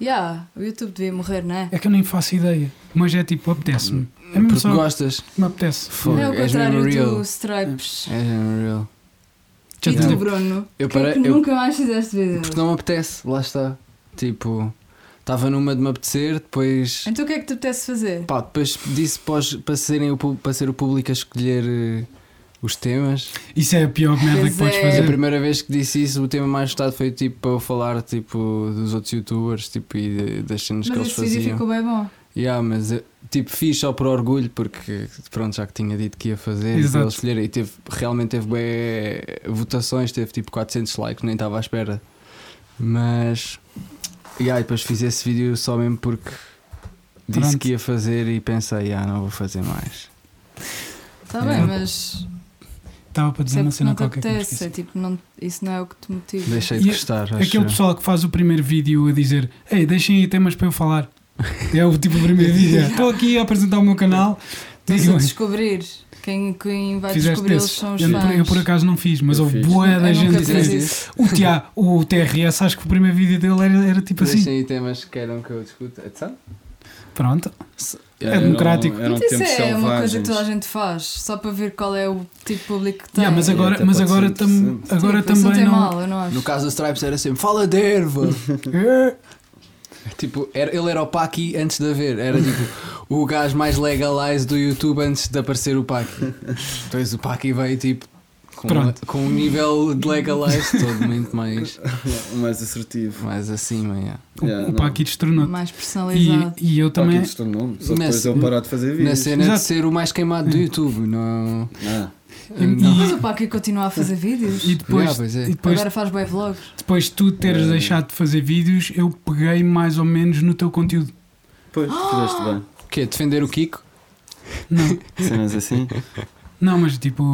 S4: Yeah, o YouTube devia morrer, não é?
S2: É que eu nem faço ideia. Mas é tipo, apetece-me. É mesmo
S3: Porque
S2: só.
S3: gostas?
S2: Me apetece.
S3: Fogo,
S4: é o
S3: és
S4: contrário
S3: mesmo real.
S4: do Stripes.
S3: É unreal.
S2: Já
S4: e
S2: te
S4: tu,
S2: digo,
S4: Bruno?
S3: Eu
S4: Eu que é
S3: parei-
S4: que
S3: eu-
S4: nunca mais fizeste vídeo?
S3: Porque não me apetece, lá está. Tipo, estava numa de me apetecer, depois.
S4: Então o que é que tu apetece fazer?
S3: Pá, depois disse para, os- para, serem o pu- para ser o público a escolher eh, os temas.
S2: Isso é a pior merda
S4: Pois
S2: que podes
S4: é.
S3: É a
S2: fazer.
S3: primeira vez que disse isso, o tema mais gostado foi tipo para eu falar tipo, dos outros youtubers tipo, e de- das cenas que
S4: mas
S3: eles
S4: esse vídeo
S3: faziam.
S4: ficou bem bom.
S3: Yeah, mas eh, tipo, fiz só por orgulho, porque pronto, já que tinha dito que ia fazer,
S2: Exato.
S3: e eles escolheram, e teve, realmente teve bem votações, teve tipo 400 likes, nem estava à espera. Mas, yeah, e depois fiz esse vídeo só mesmo porque disse
S2: Pronto.
S3: que ia fazer e pensei, ah, não vou fazer mais.
S4: Está
S3: É.
S4: Tá bem, mas
S2: Estava para dizer
S4: isso é
S2: uma
S4: porque não
S2: cena
S4: te
S2: qualquer que me
S4: apetece.
S2: esqueci.
S4: É, tipo, não, isso não é o que te motiva.
S3: Deixei
S2: E
S3: de gostar, acho
S2: Aquele
S3: eu.
S2: pessoal que faz o primeiro vídeo a dizer Ei, deixem aí temas para eu falar. É o tipo o primeiro vídeo. Estou aqui a apresentar o meu canal.
S4: Mas a
S2: Digam,
S4: descobrir. Quem, quem vai
S2: fizeste
S4: descobrir eles
S2: esses?
S4: são os
S2: eu,
S4: fãs.
S2: por- eu por acaso não fiz, mas
S1: Eu
S2: houve
S1: fiz.
S2: boa
S4: Eu
S2: da
S4: nunca
S2: gente
S4: fiz
S2: que fez.
S4: isso.
S2: O, TA, o TRS, acho que o primeiro vídeo dele era, era tipo assim.
S3: Deixem aí temas que queiram que eu discuta. Então, Sabe?
S2: Pronto.
S1: Eram-
S2: É democrático.
S1: eram
S4: Mas isso
S1: um- tempos
S4: é uma coisa que
S1: selvagens.
S4: toda a gente faz, só para ver qual é o tipo de público que tem.
S2: Yeah, mas
S1: E
S2: agora,
S1: até
S2: mas
S1: pode
S2: agora,
S1: ser
S2: tam-
S1: interessante.
S2: agora
S4: Tipo, isso não
S2: também
S4: tem
S2: não.
S4: mal, eu não acho.
S3: No caso do Stripes era sempre, fala de erva! Tipo, era- ele era o Paki antes de haver. Era tipo o gajo mais legalize do YouTube antes de aparecer o Paki. Depois o Paki veio tipo com,
S2: Pronto.
S3: com um nível de legalize todo muito mais,
S1: Yeah, [laughs] o mais assertivo.
S3: mais acima. yeah.
S2: O,
S1: Yeah,
S2: o
S1: não.
S2: Paquito estornou-te.
S4: mais
S2: E,
S4: personalizado.
S2: e eu
S1: Também...
S2: também. é
S1: Aqui nome, só
S3: Nesse-
S1: depois eu parar de fazer
S3: Na
S1: vídeos.
S3: cena
S2: Exato.
S3: de ser o mais queimado do YouTube, não.
S1: Ah,
S3: não.
S4: Mas o Paco continua a fazer vídeos.
S2: E depois,
S3: Yeah, pois é.
S2: e depois,
S4: Agora faz bem vlogs.
S2: depois tu teres
S1: É.
S2: deixado de fazer vídeos, eu peguei mais ou menos no teu conteúdo.
S1: pois, fizeste
S4: Ah!
S1: bem.
S3: O quê? Defender o Kiko?
S2: Não,
S1: Cenas assim.
S2: não mas tipo,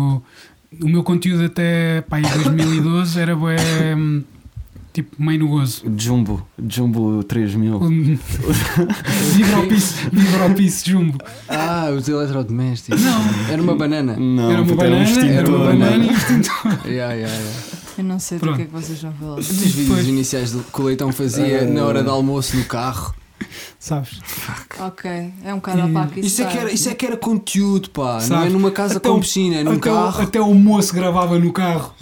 S2: o meu conteúdo até pá, em 2012 era bué, hum, tipo meio no
S1: [laughs]
S2: gozo.
S1: Jumbo, Jumbo 3000.
S2: Hum, Vibropice, vibropice jumbo.
S3: Ah, os eletrodomésticos.
S2: Não,
S3: Era uma banana.
S1: Não,
S2: era uma
S1: puta, um
S2: banana, era
S1: extintor, é?
S2: uma
S1: mano.
S2: banana e um extintor.
S3: Yeah, yeah, yeah.
S4: Eu não sei do
S2: Pronto.
S4: que é que vocês vão falar.
S3: Os vídeos
S2: Pois.
S3: iniciais do- que o Leitão fazia
S1: Ah.
S3: na hora do almoço no carro.
S2: Sabes?
S4: Ok, é um bocado
S2: E-
S4: opaco. tá.
S3: Isso é que era, isso é que era conteúdo, pá. Não é
S2: Sabes?
S3: numa casa
S2: Até
S3: com
S2: o-
S3: piscina, é num
S2: até, O,
S3: carro.
S2: até o moço gravava no carro.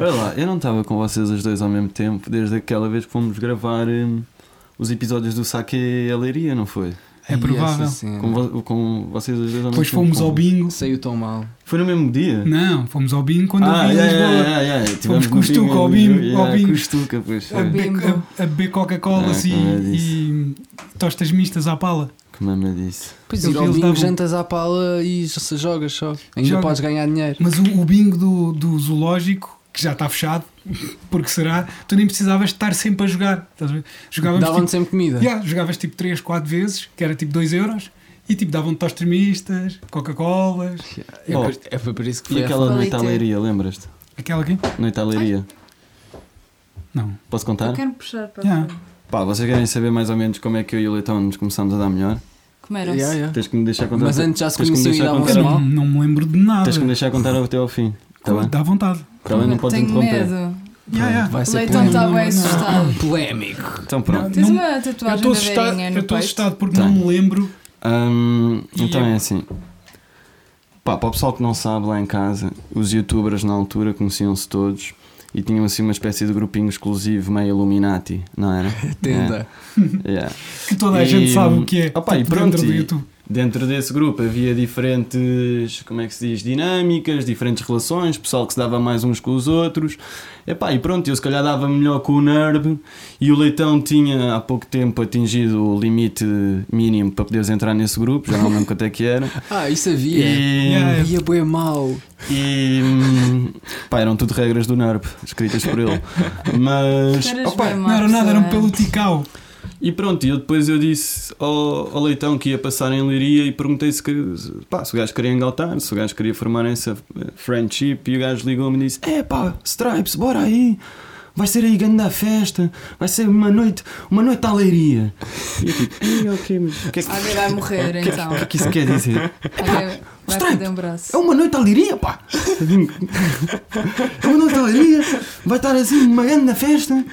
S1: Olha lá, eu não estava com vocês os dois ao mesmo tempo desde aquela vez que fomos gravar hum, os episódios do Saque Aleria, não foi?
S2: É provável.
S3: Essa cena.
S1: Com, vo- com vocês os dois ao mesmo
S2: Depois
S1: tempo.
S2: fomos ao
S1: Com-
S2: bingo.
S3: Saiu tão mal.
S1: Foi no mesmo dia?
S2: Não, fomos ao bingo quando eu
S1: ah,
S2: vim
S1: yeah,
S2: em Lisboa.
S1: yeah, yeah, yeah. Tivemos
S2: com o
S1: no
S2: Stuca
S1: bingo,
S2: ao bingo,
S1: yeah,
S2: ao bingo.
S1: com o Stuca, pois.
S2: A
S1: foi.
S2: be-
S4: Bimbo.
S2: A a beber Coca-Colas
S1: Ah,
S2: e,
S1: como eu disse.
S2: e tostas mistas à pala.
S1: Que mama é disse.
S3: Pois
S2: Eles-
S3: ir ao
S2: eles
S3: bingo,
S2: davam-
S3: jantas à pala e já se jogas só. Ainda
S2: Joga.
S3: podes ganhar dinheiro.
S2: Mas o, o bingo do, do zoológico, que já está fechado, porque será, tu nem precisavas estar sempre a jogar. estás a ver? Jogávamos
S3: Davam-te
S2: tipo,
S3: sempre comida.
S2: yeah, jogavas tipo 3, 4 vezes, que era tipo 2 euros, e tipo davam-te tostas mistas, Coca-Colas,
S3: É,
S1: Bom,
S3: por, é por isso que é?
S1: E
S3: foi
S1: aquela noite
S4: Leite.
S1: à Leiria, lembras-te?
S2: aquela aqui?
S1: Noite à Leiria.
S2: Não.
S1: Posso contar?
S4: Eu quero puxar para
S2: Yeah.
S4: frente.
S1: Pá, vocês querem saber mais ou menos como é que eu e o Leitão nos começámos a dar melhor?
S4: Comeram-se.
S3: Yeah, yeah.
S1: Tens que me deixar contar.
S3: Mas antes já se
S1: tens que me
S3: conheciam e um
S1: deixar
S3: davam-se
S1: contar-
S2: Eu
S3: mal.
S2: não, não me lembro de nada.
S1: Tens que me deixar contar até ao fim. Tá bem?
S2: Dá vontade.
S1: Tá bem? Não podes
S4: Tenho
S1: interromper.
S4: medo.
S2: Yeah, yeah.
S3: Vai
S4: O
S3: ser
S4: leitão está
S2: polémico.
S4: bem assustado.
S3: polémico.
S1: Então pronto.
S4: Tens
S2: Não,
S4: uma
S2: Eu
S4: tatuagem
S2: estou
S4: da
S2: assustado,
S4: velhinha
S2: eu
S4: no
S2: estou
S4: peito.
S2: assustado porque não
S1: Tem.
S2: me lembro.
S1: Hum,
S2: E
S1: então
S2: é-
S1: é assim. Pá, para o pessoal que não sabe lá em casa, os youtubers na altura conheciam-se todos e tinham assim uma espécie de grupinho exclusivo meio Illuminati, não
S2: [laughs]
S1: era?
S3: Tenda.
S1: É, yeah.
S2: Que toda a
S1: E- hum,
S2: gente sabe o que é.
S1: Opa, e
S2: tipo,
S1: pronto,
S2: dentro do
S1: e-
S2: YouTube.
S1: Dentro desse grupo havia diferentes, como é que se diz, dinâmicas, diferentes relações, pessoal que se dava mais uns com os outros. Epá, e pronto, eu se calhar dava melhor com o Nerb e o Leitão tinha há pouco tempo atingido o limite mínimo para poderes entrar nesse grupo, já não lembro quanto é que era.
S3: Ah, isso
S1: E,
S3: havia.
S2: [laughs] Yeah.
S3: Ia bué mal.
S1: e, hum, pá, eram tudo regras do Nerb, escritas por ele. Mas.
S4: Caras
S1: opá,
S4: bem má
S2: Não era nada, era um
S4: pessoa.
S2: pelo Ticau.
S1: E pronto, e eu depois eu disse ao, ao Leitão que ia passar em Leiria e perguntei se, que- se- pá, se o gajo queria engautar, se o gajo queria formar essa eh, friendship e o gajo ligou-me e disse É pá, Stripes, bora aí, vai ser aí grande a festa, vai ser uma noite, uma noite à Leiria. E eu tipo, "Ei, ok, mas o que é que,
S4: Alguém vai morrer
S1: o que é que-
S4: então.
S1: o que é que isso quer dizer?
S4: Alguém vai
S1: Estranho.
S4: perder um
S1: É
S4: braço.
S1: uma noite à Leiria, pá! É uma noite à Leiria, vai estar assim uma grande festa,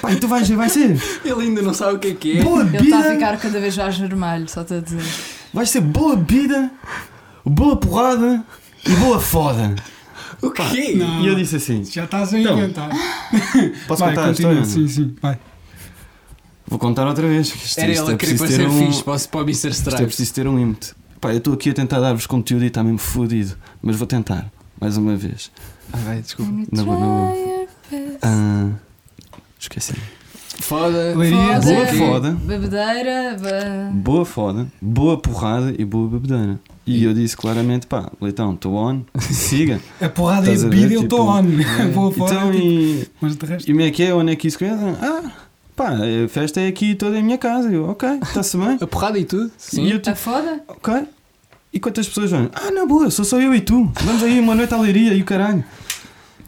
S1: pá, e tu vais, vai ser
S3: Ele ainda não sabe o que é que
S1: boa
S4: Ele está a
S1: bebida.
S4: ficar cada vez mais vermelho, só estou a dizer.
S1: Vai ser boa bebida, boa porrada e boa foda.
S3: O quê?
S2: Não.
S1: E eu disse assim:
S2: Já estás a
S1: Então,
S2: inventar.
S1: posso
S2: vai,
S1: contar a
S2: continua.
S1: história?
S2: Sim, sim, vai.
S1: Vou contar outra vez. que Isto,
S3: Era
S1: isto
S3: ele a
S1: é
S3: querer
S1: preciso ter
S3: parecer
S1: um,
S3: fixe para o- para o Mr.
S1: Isto é
S3: Stripes.
S1: preciso ter um ímpeto. Pá, eu estou aqui a tentar dar-vos conteúdo e está mesmo fodido. Mas vou tentar, mais uma vez.
S3: Ah, vai, desculpa.
S1: Não, não, não. Ah, esqueci.
S3: Foda.
S2: Leiria,
S1: Foda. Boa
S4: Foda,
S1: foda.
S4: Bebedeira, ba-
S1: Boa foda, boa porrada e boa bebedeira. E eu disse claramente: pá, Leitão, estou [laughs] on, siga.
S2: a porrada e a
S1: Estás a ver,
S2: bebida eu
S1: tipo,
S2: estou on. [laughs] Vou fora.
S1: então,
S2: tipo,
S1: e.
S2: Mas de resto.
S1: E como é que é? Onde é que isso começa? Ah, pá, a festa é aqui toda em minha casa. Eu, ok, está-se bem.
S3: A porrada e tudo?
S2: é
S1: E eu
S4: a
S1: tipo,
S4: É foda?
S1: ok. E quantas pessoas vão? Ah, na boa, sou só eu e tu. Vamos aí uma noite à leiria e o caralho.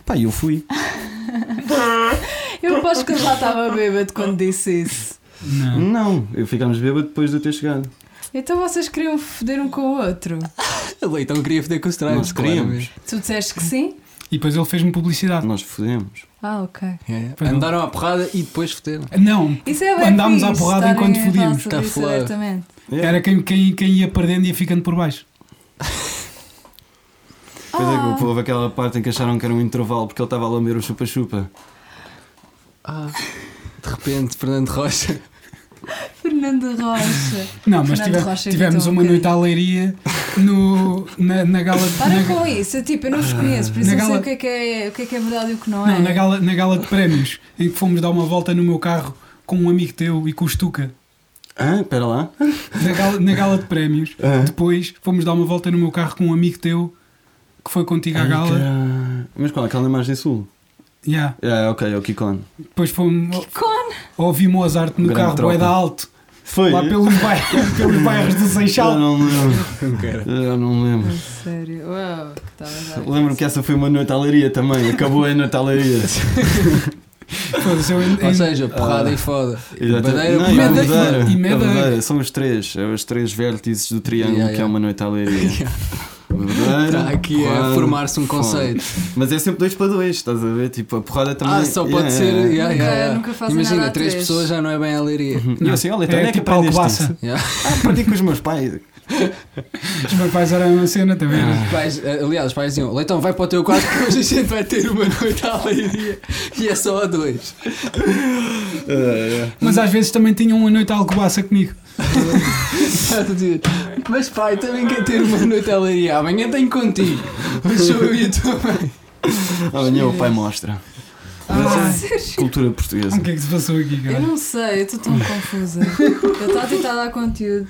S1: Pá, e eu fui.
S4: Eu aposto que ele lá estava bêbado quando disse isso.
S1: Ah.
S2: Não.
S1: Não, eu ficámos bêbado depois de eu ter chegado.
S4: Então vocês queriam foder um com o outro?
S3: A Leitão então queria foder com os Stripes.
S1: Nós queríamos.
S3: claramente.
S4: Tu disseste que sim?
S2: E depois ele fez-me publicidade.
S1: Nós fodemos.
S4: Ah, ok.
S3: É,
S2: Foi
S3: Andaram à porrada e depois foderam.
S2: Não,
S4: Isso é bem
S2: Andámos
S4: fixe,
S2: à porrada
S4: estarem
S2: enquanto
S4: a falar
S2: fodíamos.
S4: sobre
S3: Tá
S4: isso
S3: foda.
S4: abertamente.
S1: É?
S2: era quem, quem, quem ia perdendo e ia ficando por baixo.
S1: Depois é que
S4: Ah.
S1: houve- houve aquela parte em que acharam que era um intervalo porque ele estava a lamber o chupa-chupa.
S3: Ah, de repente, Fernando Rocha.
S4: Fernando Rocha.
S2: Não, mas
S4: Fernando
S2: tive-
S4: Rocha
S2: tivemos
S4: evitou um
S2: uma noite à
S4: bocadinho.
S2: leiria no, na, na gala.
S4: Para
S2: na-
S4: com isso, eu, tipo, eu não vos conheço, por
S2: Na
S4: isso não sei
S2: gala-
S4: o que é que é, o que é, que é verdade e o que não é.
S2: Não, na gala, na gala de prémios, em que fomos dar uma volta no meu carro com um amigo teu e com o Stuka.
S1: Ah, espera lá.
S2: Na gala, na gala de prémios,
S1: Ah.
S2: depois fomos dar uma volta no meu carro com um amigo teu que foi contigo à
S1: Ai,
S2: gala.
S1: caralho. Mas
S3: é?
S1: qual? Aquela na Margem Sul?
S2: Yeah.
S1: Ah, ok, é o Kikon.
S2: Depois fomos,
S4: Con!
S2: ouvi Mozart no
S1: Grande
S2: carro
S1: tropa.
S2: boeda alto,
S1: Foi?
S2: lá pelos
S1: [laughs]
S2: bairros, pelos bairros do
S1: Eu
S2: Seixal.
S1: não me lembro.
S3: [laughs]
S1: Eu não me lembro.
S4: A Sério, uau, que estava a dar.
S1: Lembro-me que é essa foi uma noitalaria também. Acabou a noitalaria.
S2: Foda-se, eu ainda-
S3: Ou seja, porrada
S1: Ah.
S3: e foda.
S1: Exatamente.
S3: Badeira,
S1: Não, é
S2: porrada
S1: e
S2: e-
S1: madeira.
S2: e madeira.
S1: A madeira. São os três. é Os três vértices do triângulo
S3: Yeah, yeah.
S1: que é uma
S3: [laughs]
S1: noitalaria. Madeira,
S3: Está Tá aqui a
S1: porrada,
S3: formar-se um
S1: foda.
S3: conceito.
S1: Mas é sempre dois para dois, estás a ver? Tipo, a porrada também.
S3: Ah, só pode
S1: Yeah,
S3: ser.
S1: yeah.
S3: yeah,
S4: Nunca-
S3: yeah, yeah.
S4: nunca fazem
S3: Imagina,
S4: nada a
S3: três
S4: três.
S3: pessoas já não é bem a leiria.
S1: E eu assim, olha, então
S2: É
S1: onde é que
S2: tipo
S1: aprendeste
S2: alcobaça.
S1: isso?
S3: Yeah.
S1: Ah, aprendi com os meus pais.
S2: Os meus pais eram uma cena também. né? era-
S3: Os pais, eh, aliás, os pais diziam: Leitão, vai para o teu quarto que hoje a gente vai ter uma noite à leiria e é só a dois.
S1: Ah.
S2: Mas às vezes também tinham uma noite alcobaça comigo.
S3: Já te digo, Mas pai, também quer ter uma noite à leiria. Amanhã tenho contigo. Hoje sou eu e a tua mãe.
S1: Amanhã o pai mostra.
S2: Ai,
S1: é Cultura portuguesa.
S2: o que é que se passou aqui,
S4: Eu
S2: cara?
S4: não sei, eu estou tão
S2: [laughs]
S4: confusa. Eu estou a tentar dar conteúdo.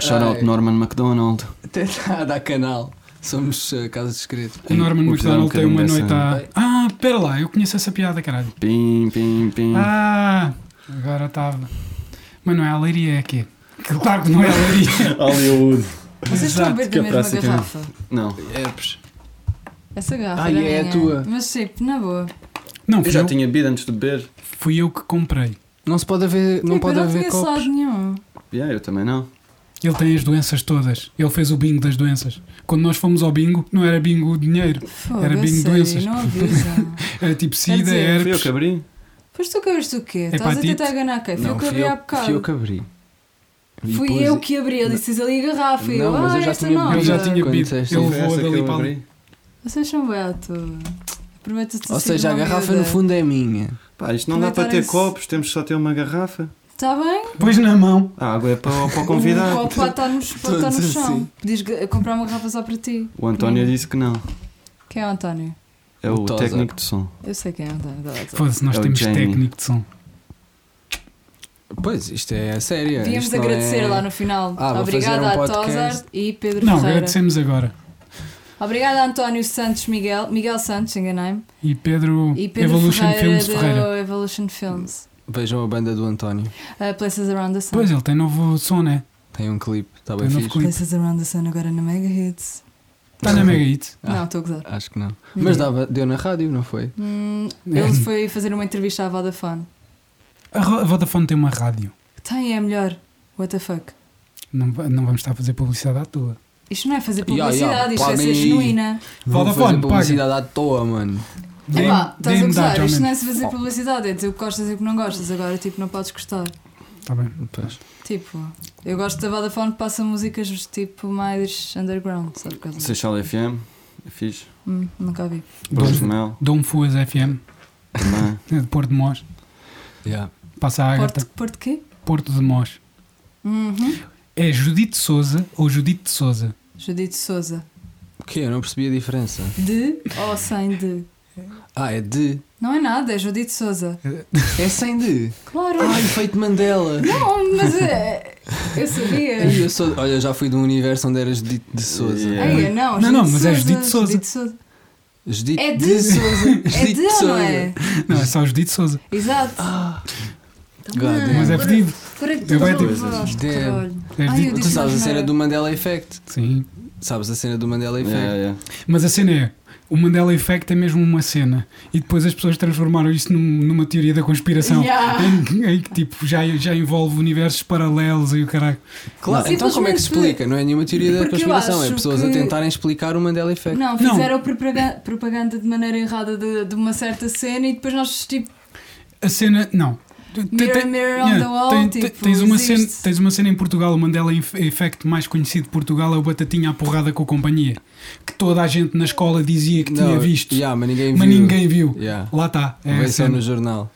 S1: Shout out
S3: Ai.
S1: Norman MacDonald.
S3: Até está a dar canal. Somos eh, Casa de Segredo.
S2: O Norman
S1: Vou-te dar um
S2: McDonald tem uma
S1: bocadinho
S2: noite à.
S3: dessa.
S2: Ah, pera lá, eu conheço essa piada, caralho.
S1: Pim, pim, pim.
S2: Ah, agora estava. Mas não é a leiria, é quê? Claro que não é
S1: [laughs]
S2: a leiria.
S1: Hollywood.
S4: Vocês estão a beber
S1: que
S4: da
S1: é
S4: mesma
S1: praticamente-
S4: garrafa?
S1: Não.
S3: Herpes.
S4: Essa garrafa.
S3: Ah,
S4: era
S3: e é a
S4: minha.
S3: tua.
S4: Mas tipo, na boa.
S2: Não,
S1: Eu
S2: fui
S1: já
S2: eu,
S1: tinha bebido antes de beber.
S2: fui eu que comprei.
S3: Não se pode haver. Não
S4: Tipo,
S3: pode
S4: eu não
S3: haver
S4: tinha
S3: copos.
S4: salado nenhum.
S1: Yeah, eu também não.
S2: Ele tem as doenças todas. Ele fez o bingo das doenças. Quando nós fomos ao bingo, não era bingo o dinheiro.
S4: Foda-se,
S2: bingo
S4: sério,
S2: doenças.
S4: Não avisa.
S2: Era tipo
S4: Quer
S2: sida,
S4: dizer,
S1: Fui eu
S2: herpes.
S1: que abri.
S4: Pois tu que abriste o quê? Estás a
S2: Hepatite?
S4: tentar enganar quem? Fui eu que abri há bocado.
S3: fui eu que abri. E
S4: Fui
S3: pus-
S4: eu que abri, ele disse ali a garrafa. e eu,
S3: Não, mas
S4: ah,
S3: eu já
S4: esta
S3: tinha
S4: nova.
S2: Ele já tinha
S3: Quando
S2: bebido.
S3: disseste
S2: Ele
S1: Foi
S2: voou
S1: essa que
S2: dali
S1: eu
S2: para ali.
S1: abri.
S4: Vocês são beato. Aproveita-se
S3: Ou seja, a garrafa no fundo é minha.
S1: Pá, isto não dá para ter
S4: Aproveitarem-se.
S1: copos, temos só ter uma garrafa.
S4: Está Tá bem?
S2: Pois na mão.
S1: A água é para,
S2: [laughs] Um
S1: para o
S4: O
S1: convidado.
S4: copo lá está no, pode estar no
S3: Todos
S4: chão.
S3: assim.
S4: Podias ga- comprar uma garrafa só para ti.
S1: O
S2: Hum.
S1: António disse que não.
S4: Quem é o António?
S1: É o
S3: Tosa.
S1: técnico de som.
S4: Eu sei quem é o António. tá lá, tá lá.
S2: Foda-se, nós
S1: É o
S2: temos
S1: Jamie.
S2: técnico de som.
S3: Pois, isto é sério.
S4: Devíamos
S3: isto não
S4: agradecer
S3: é-
S4: lá no final.
S3: Ah, vou
S4: Obrigada
S3: fazer um
S4: a
S3: podcast.
S4: Tozart e Pedro
S2: Não,
S4: Ferreira.
S2: agradecemos agora.
S4: Obrigada a António Santos Miguel, Miguel Santos, enganei-me.
S2: E Pedro,
S4: E Pedro
S2: Evolution
S4: Ferreira,
S2: Films Ferreira.
S4: do Evolution Films.
S3: Vejam a banda do António.
S4: Uh, Places Around the Sun.
S2: Pois ele tem novo som, né?
S3: Tem um clipe, está bem
S2: Tem um
S3: fixe.
S2: novo clipe.
S4: Places Around the Sun agora na Mega Hits.
S2: Está na Mega Hit.
S3: Ah.
S4: Não, estou a gozar.
S3: Acho que não.
S4: Hum.
S3: Mas dava, deu na rádio, não foi?
S4: Hum,
S2: É.
S4: ele foi fazer uma entrevista à Vodafone.
S2: A Ro- a Vodafone tem uma rádio.
S4: Tem, é melhor. What the fuck?
S2: Não, va- não vamos estar a fazer publicidade à toa.
S4: Isto não é fazer
S3: Ya, ya,
S4: publicidade, isto é
S3: podem
S4: ser
S3: ir.
S4: genuína.
S3: Vão
S2: Vodafone,
S3: fazer
S2: paga.
S3: publicidade à toa, mano.
S4: É pá, estás a
S2: dá,
S4: gozar. Isto
S2: Jaume.
S4: não é se fazer publicidade, é dizer o que gostas e o que não gostas. Agora, tipo, não podes gostar.
S2: Tá bem.
S3: Pois.
S4: Tipo, eu gosto da Vodafone, passa músicas tipo mais underground, sabe? por causa disso?
S1: Seixal FM. É fixe.
S4: Hum, nunca vi.
S1: Boas de
S2: Dom-
S1: Mel.
S2: Dom Fuas FM,
S1: Também.
S2: de Porto de Mós.
S3: Yeah.
S2: Passa a Ágata.
S4: Porto, Porto quê?
S2: Porto de Mós.
S4: Uhum.
S2: É Judite Souza ou Judite de Souza?
S4: Judite Souza.
S3: O quê? Eu não percebi a diferença.
S4: De ou sem de?
S3: Ah, é de.
S4: Não é nada, é Judite Souza.
S3: É sem de.
S4: Claro.
S2: Ah.
S3: Ai, feito Mandela.
S4: Não, mas é, eu sabia.
S3: Ai, eu sou- Olha, eu já fui de um universo onde eras de, de Souza.
S1: Yeah.
S4: Ai, eu não,
S2: é. Não,
S4: Judite
S2: não, mas é Judite Sousa.
S4: Judite Sousa.
S3: Judite
S4: É de Sousa. É de ou não é?
S2: Não, é só Judite Souza.
S4: Exato.
S3: God,
S4: Não,
S2: Ah. Mas é
S4: agora-
S2: pedido.
S4: Agora que
S2: Eu
S4: tu
S2: vai
S4: não
S2: tipo-
S4: falaste,
S3: Damn.
S4: caralho.
S2: É
S4: Ai,
S2: pedido.
S4: eu
S3: Tu
S4: disse
S3: sabes a
S4: mais
S3: cena
S4: nada.
S3: do Mandela Effect?
S2: Sim.
S3: Sabes a cena do Mandela Effect?
S1: Yeah, yeah.
S2: Mas a cena é. O Mandela Effect é mesmo uma cena. E depois as pessoas transformaram isso num- numa teoria da conspiração.
S4: Yeah.
S2: Em, [laughs] que- em que tipo já, já envolve universos paralelos e o caralho.
S3: Claro,
S4: Não.
S3: então como é que se
S4: Simplesmente-
S3: explica? Não é nenhuma teoria da
S4: Porque eu
S3: conspiração, é
S4: acho
S3: pessoas a
S4: que-
S3: tentarem explicar o Mandela Effect.
S4: Não,
S2: Não.
S4: fizeram propaga- propaganda de maneira errada de, de uma certa cena e depois nós, tipo,
S2: A cena. Não. Tem-
S4: mirror,
S2: tem-
S4: mirror on the
S2: Yeah,
S4: wall,
S2: tem-
S4: tipo,
S2: tem- tens, uma cena,
S4: existe.
S2: tens uma cena em Portugal, o Mandela Inf- Effect mais conhecido de Portugal é o Batatinha à porrada com a companhia. Que toda a gente na escola dizia que tinha visto,
S3: yeah, mas ninguém
S2: mas
S3: viu.
S2: ninguém viu.
S3: Yeah.
S2: Lá está. É a
S3: Veio só
S2: cena.
S3: no jornal.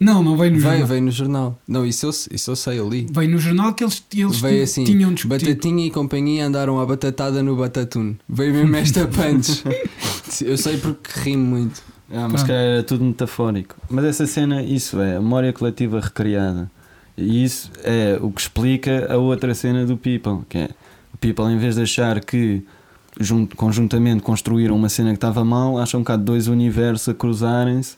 S2: Não, não veio no
S3: Veio,
S2: jornal.
S3: veio no jornal. Não, isso eu, isso eu sei, eu li.
S2: Veio no jornal que eles, eles
S3: Veio
S2: ti-
S3: assim,
S2: tinham discutido.
S3: Batatinha e companhia andaram à batatada no Batatune. Veio mesmo
S2: [laughs]
S3: esta punch. eu sei porque rimo muito.
S1: Ah, mas
S2: Pronto.
S1: se calhar era tudo metafórico. Mas essa cena, isso é, a memória coletiva recriada. E isso é o que explica a outra cena do People, que é o People, em vez de achar que jun- conjuntamente construíram uma cena que estava mal, acham que há dois universos a cruzarem-se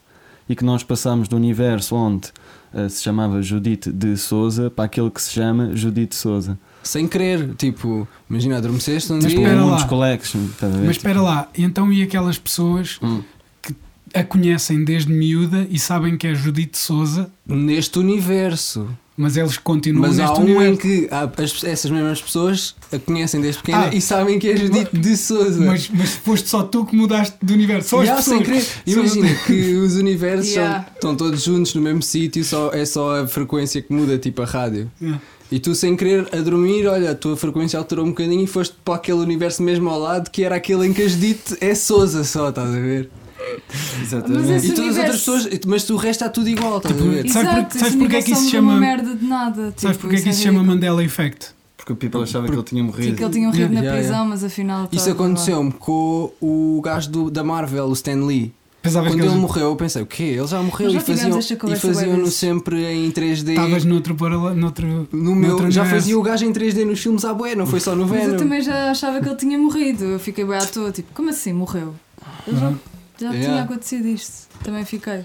S1: e que nós passámos do universo onde ah, se chamava Judite de Souza para aquele que se chama Judite Souza.
S3: Sem querer, tipo, imagina, adormeceste um
S2: Mas
S1: Tipo,
S3: dia.
S2: espera
S1: um
S2: lá.
S1: dos collection, estás a ver?
S3: assim.
S1: Tipo,
S2: Mas espera lá, então e aquelas pessoas
S1: Hum.
S2: que a conhecem desde miúda e sabem que é Judite Souza,
S3: Neste universo.
S2: mas eles continuam
S3: Mas há
S2: neste
S3: um em
S2: universo?
S3: que há as- essas mesmas pessoas a conhecem desde pequena
S2: Ah.
S3: e sabem que é Judite de Souza.
S2: Mas, mas foste só tu que mudaste de universo, só as
S3: Yeah, sem
S2: pessoas.
S3: querer.
S2: Só-
S3: Imagina que os universos são-
S4: Yeah.
S3: estão todos juntos no mesmo sítio, só, é só a frequência que muda, tipo a rádio.
S2: Yeah.
S3: E tu, sem querer, a dormir, olha, a tua frequência alterou um bocadinho e foste para aquele universo mesmo ao lado que era aquele em que a Judite é Souza só, estás a ver?
S4: Mas esse
S3: e todas as outras
S4: universo-
S3: pessoas, mas tu, o resto está tudo igual, estás
S2: Tipo,
S3: a ver?
S2: Sabe por-
S4: Exato,
S2: sabes
S4: esse
S2: porque é que
S4: universo
S2: isso
S4: é
S2: se
S4: uma
S2: chama-
S4: merda de nada.
S2: Sabes
S4: tipo,
S2: porque é que isso se chama
S4: ridículo.
S2: Mandela Effect?
S1: Porque o People achava que ele tinha
S4: Sim,
S1: morrido.
S4: que ele tinha morrido
S3: Yeah,
S4: na prisão,
S3: yeah.
S4: mas afinal.
S3: Isso
S4: estava lá.
S3: aconteceu-me com o gajo do- da Marvel, o Stan Lee.
S2: Pensavas que
S3: Quando ele
S2: eles-
S3: morreu, eu pensei, o quê? Ele já morreu
S4: Nós já
S3: e
S4: tivemos
S3: faziam-
S4: esta
S3: e
S4: conversa bué
S3: faziam-no
S4: vezes.
S3: sempre em 3D.
S2: estavas noutro paralelo. Noutro,
S3: no meu,
S2: noutro
S3: já
S2: universo.
S3: fazia o gajo em 3D nos filmes à bué, não foi só no
S4: Mas eu
S3: Venom.
S4: também já achava que ele tinha morrido. Eu fiquei bem à toa, tipo, como assim morreu? Eu já, já
S3: Yeah. Uhum.
S4: tinha acontecido isto. Também fiquei.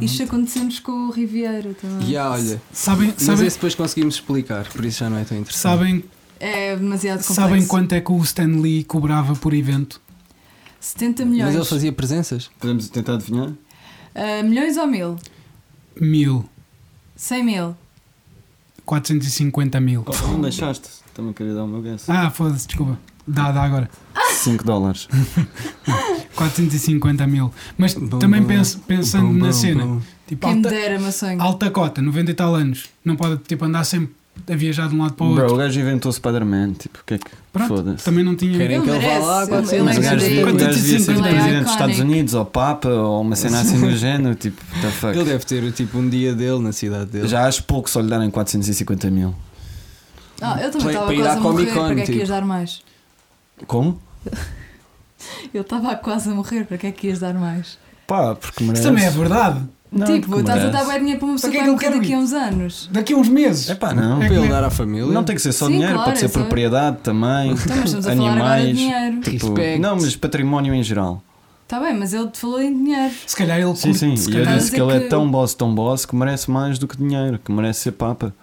S4: Isto aconteceu-nos com o Riviera também.
S3: E ah, olha,
S2: Sabem,
S3: mas
S2: sabem,
S3: esse depois conseguimos explicar, por isso já não é tão interessante.
S2: sabem,
S4: É demasiado complexo.
S2: sabem quanto é que o Stan Lee cobrava por evento?
S4: 70 milhões.
S3: Mas ele fazia presenças?
S1: Podemos tentar adivinhar?
S4: Ah, milhões ou mil?
S2: Mil.
S4: 100 mil.
S2: 450 mil.
S1: Oh, não deixaste? Também queria dar o meu guess.
S2: Ah, foda-se, desculpa. Dá, dá agora.
S1: 5 dólares.
S2: 450 mil. Mas
S3: Bum,
S2: também
S3: bum.
S2: penso- pensando
S3: Bum,
S2: na
S3: bum,
S2: cena,
S3: bum.
S2: tipo,
S4: Quem me
S2: alta,
S4: dera, meu sonho.
S2: alta cota, 90 e tal anos. Não pode tipo, andar sempre a viajar de um lado para o outro.
S1: Bro, o gajo inventou Spider-Man, tipo, o que é que.
S2: Pronto,
S1: Foda-se.
S2: também não tinha.
S3: Querem que ele vá
S4: merece,
S3: lá?
S4: ele-
S3: quatro
S4: ele
S1: Mas o
S3: cenas?
S1: gajo
S4: merece.
S1: devia- o gajo devia ser
S4: é
S2: 450.
S1: presidente dos
S4: Iconic.
S1: Estados Unidos, ou Papa, ou uma cena assim do género, tipo, what the fuck.
S3: Ele deve ter tipo um dia dele na cidade dele.
S1: Já acho pouco só lhe darem 450 mil.
S4: Ah,
S3: Para-
S4: eu também estava
S3: para ir
S4: quase
S3: à
S4: a morrer,
S3: Comic-Con,
S4: para que é que
S3: tipo.
S4: ias dar mais?
S1: Como?
S4: Eu estava quase a morrer, para que é que ias dar mais?
S1: Pá, porque merece.
S2: Isso também é verdade.
S1: Não,
S4: tipo,
S1: porque
S4: estás a
S1: merece.
S4: dar bem dinheiro para uma
S2: Para
S4: pessoa
S2: que
S4: que
S2: é que
S4: vai
S2: eu
S4: morrer
S2: quero
S4: daqui
S2: ir?
S4: a uns anos.
S2: Daqui a uns meses.
S1: É pá, não.
S2: É
S3: Para ele dar à família?
S1: Não tem que ser só
S4: Sim,
S1: dinheiro,
S4: claro,
S1: pode ser
S4: é só-
S1: propriedade também,
S4: Então, mas
S1: [laughs]
S4: estamos a falar agora de
S1: animais.
S4: dinheiro.
S1: tipo,
S3: Respect.
S1: não, mas património em geral.
S4: Está bem, mas ele te falou em dinheiro.
S2: Se calhar ele
S1: Sim,
S2: curte,
S1: sim.
S2: se
S1: E eu
S2: calhar-
S1: disse que ele
S4: que-
S1: é tão boss, tão boss, que merece mais do que dinheiro, que merece ser Papa.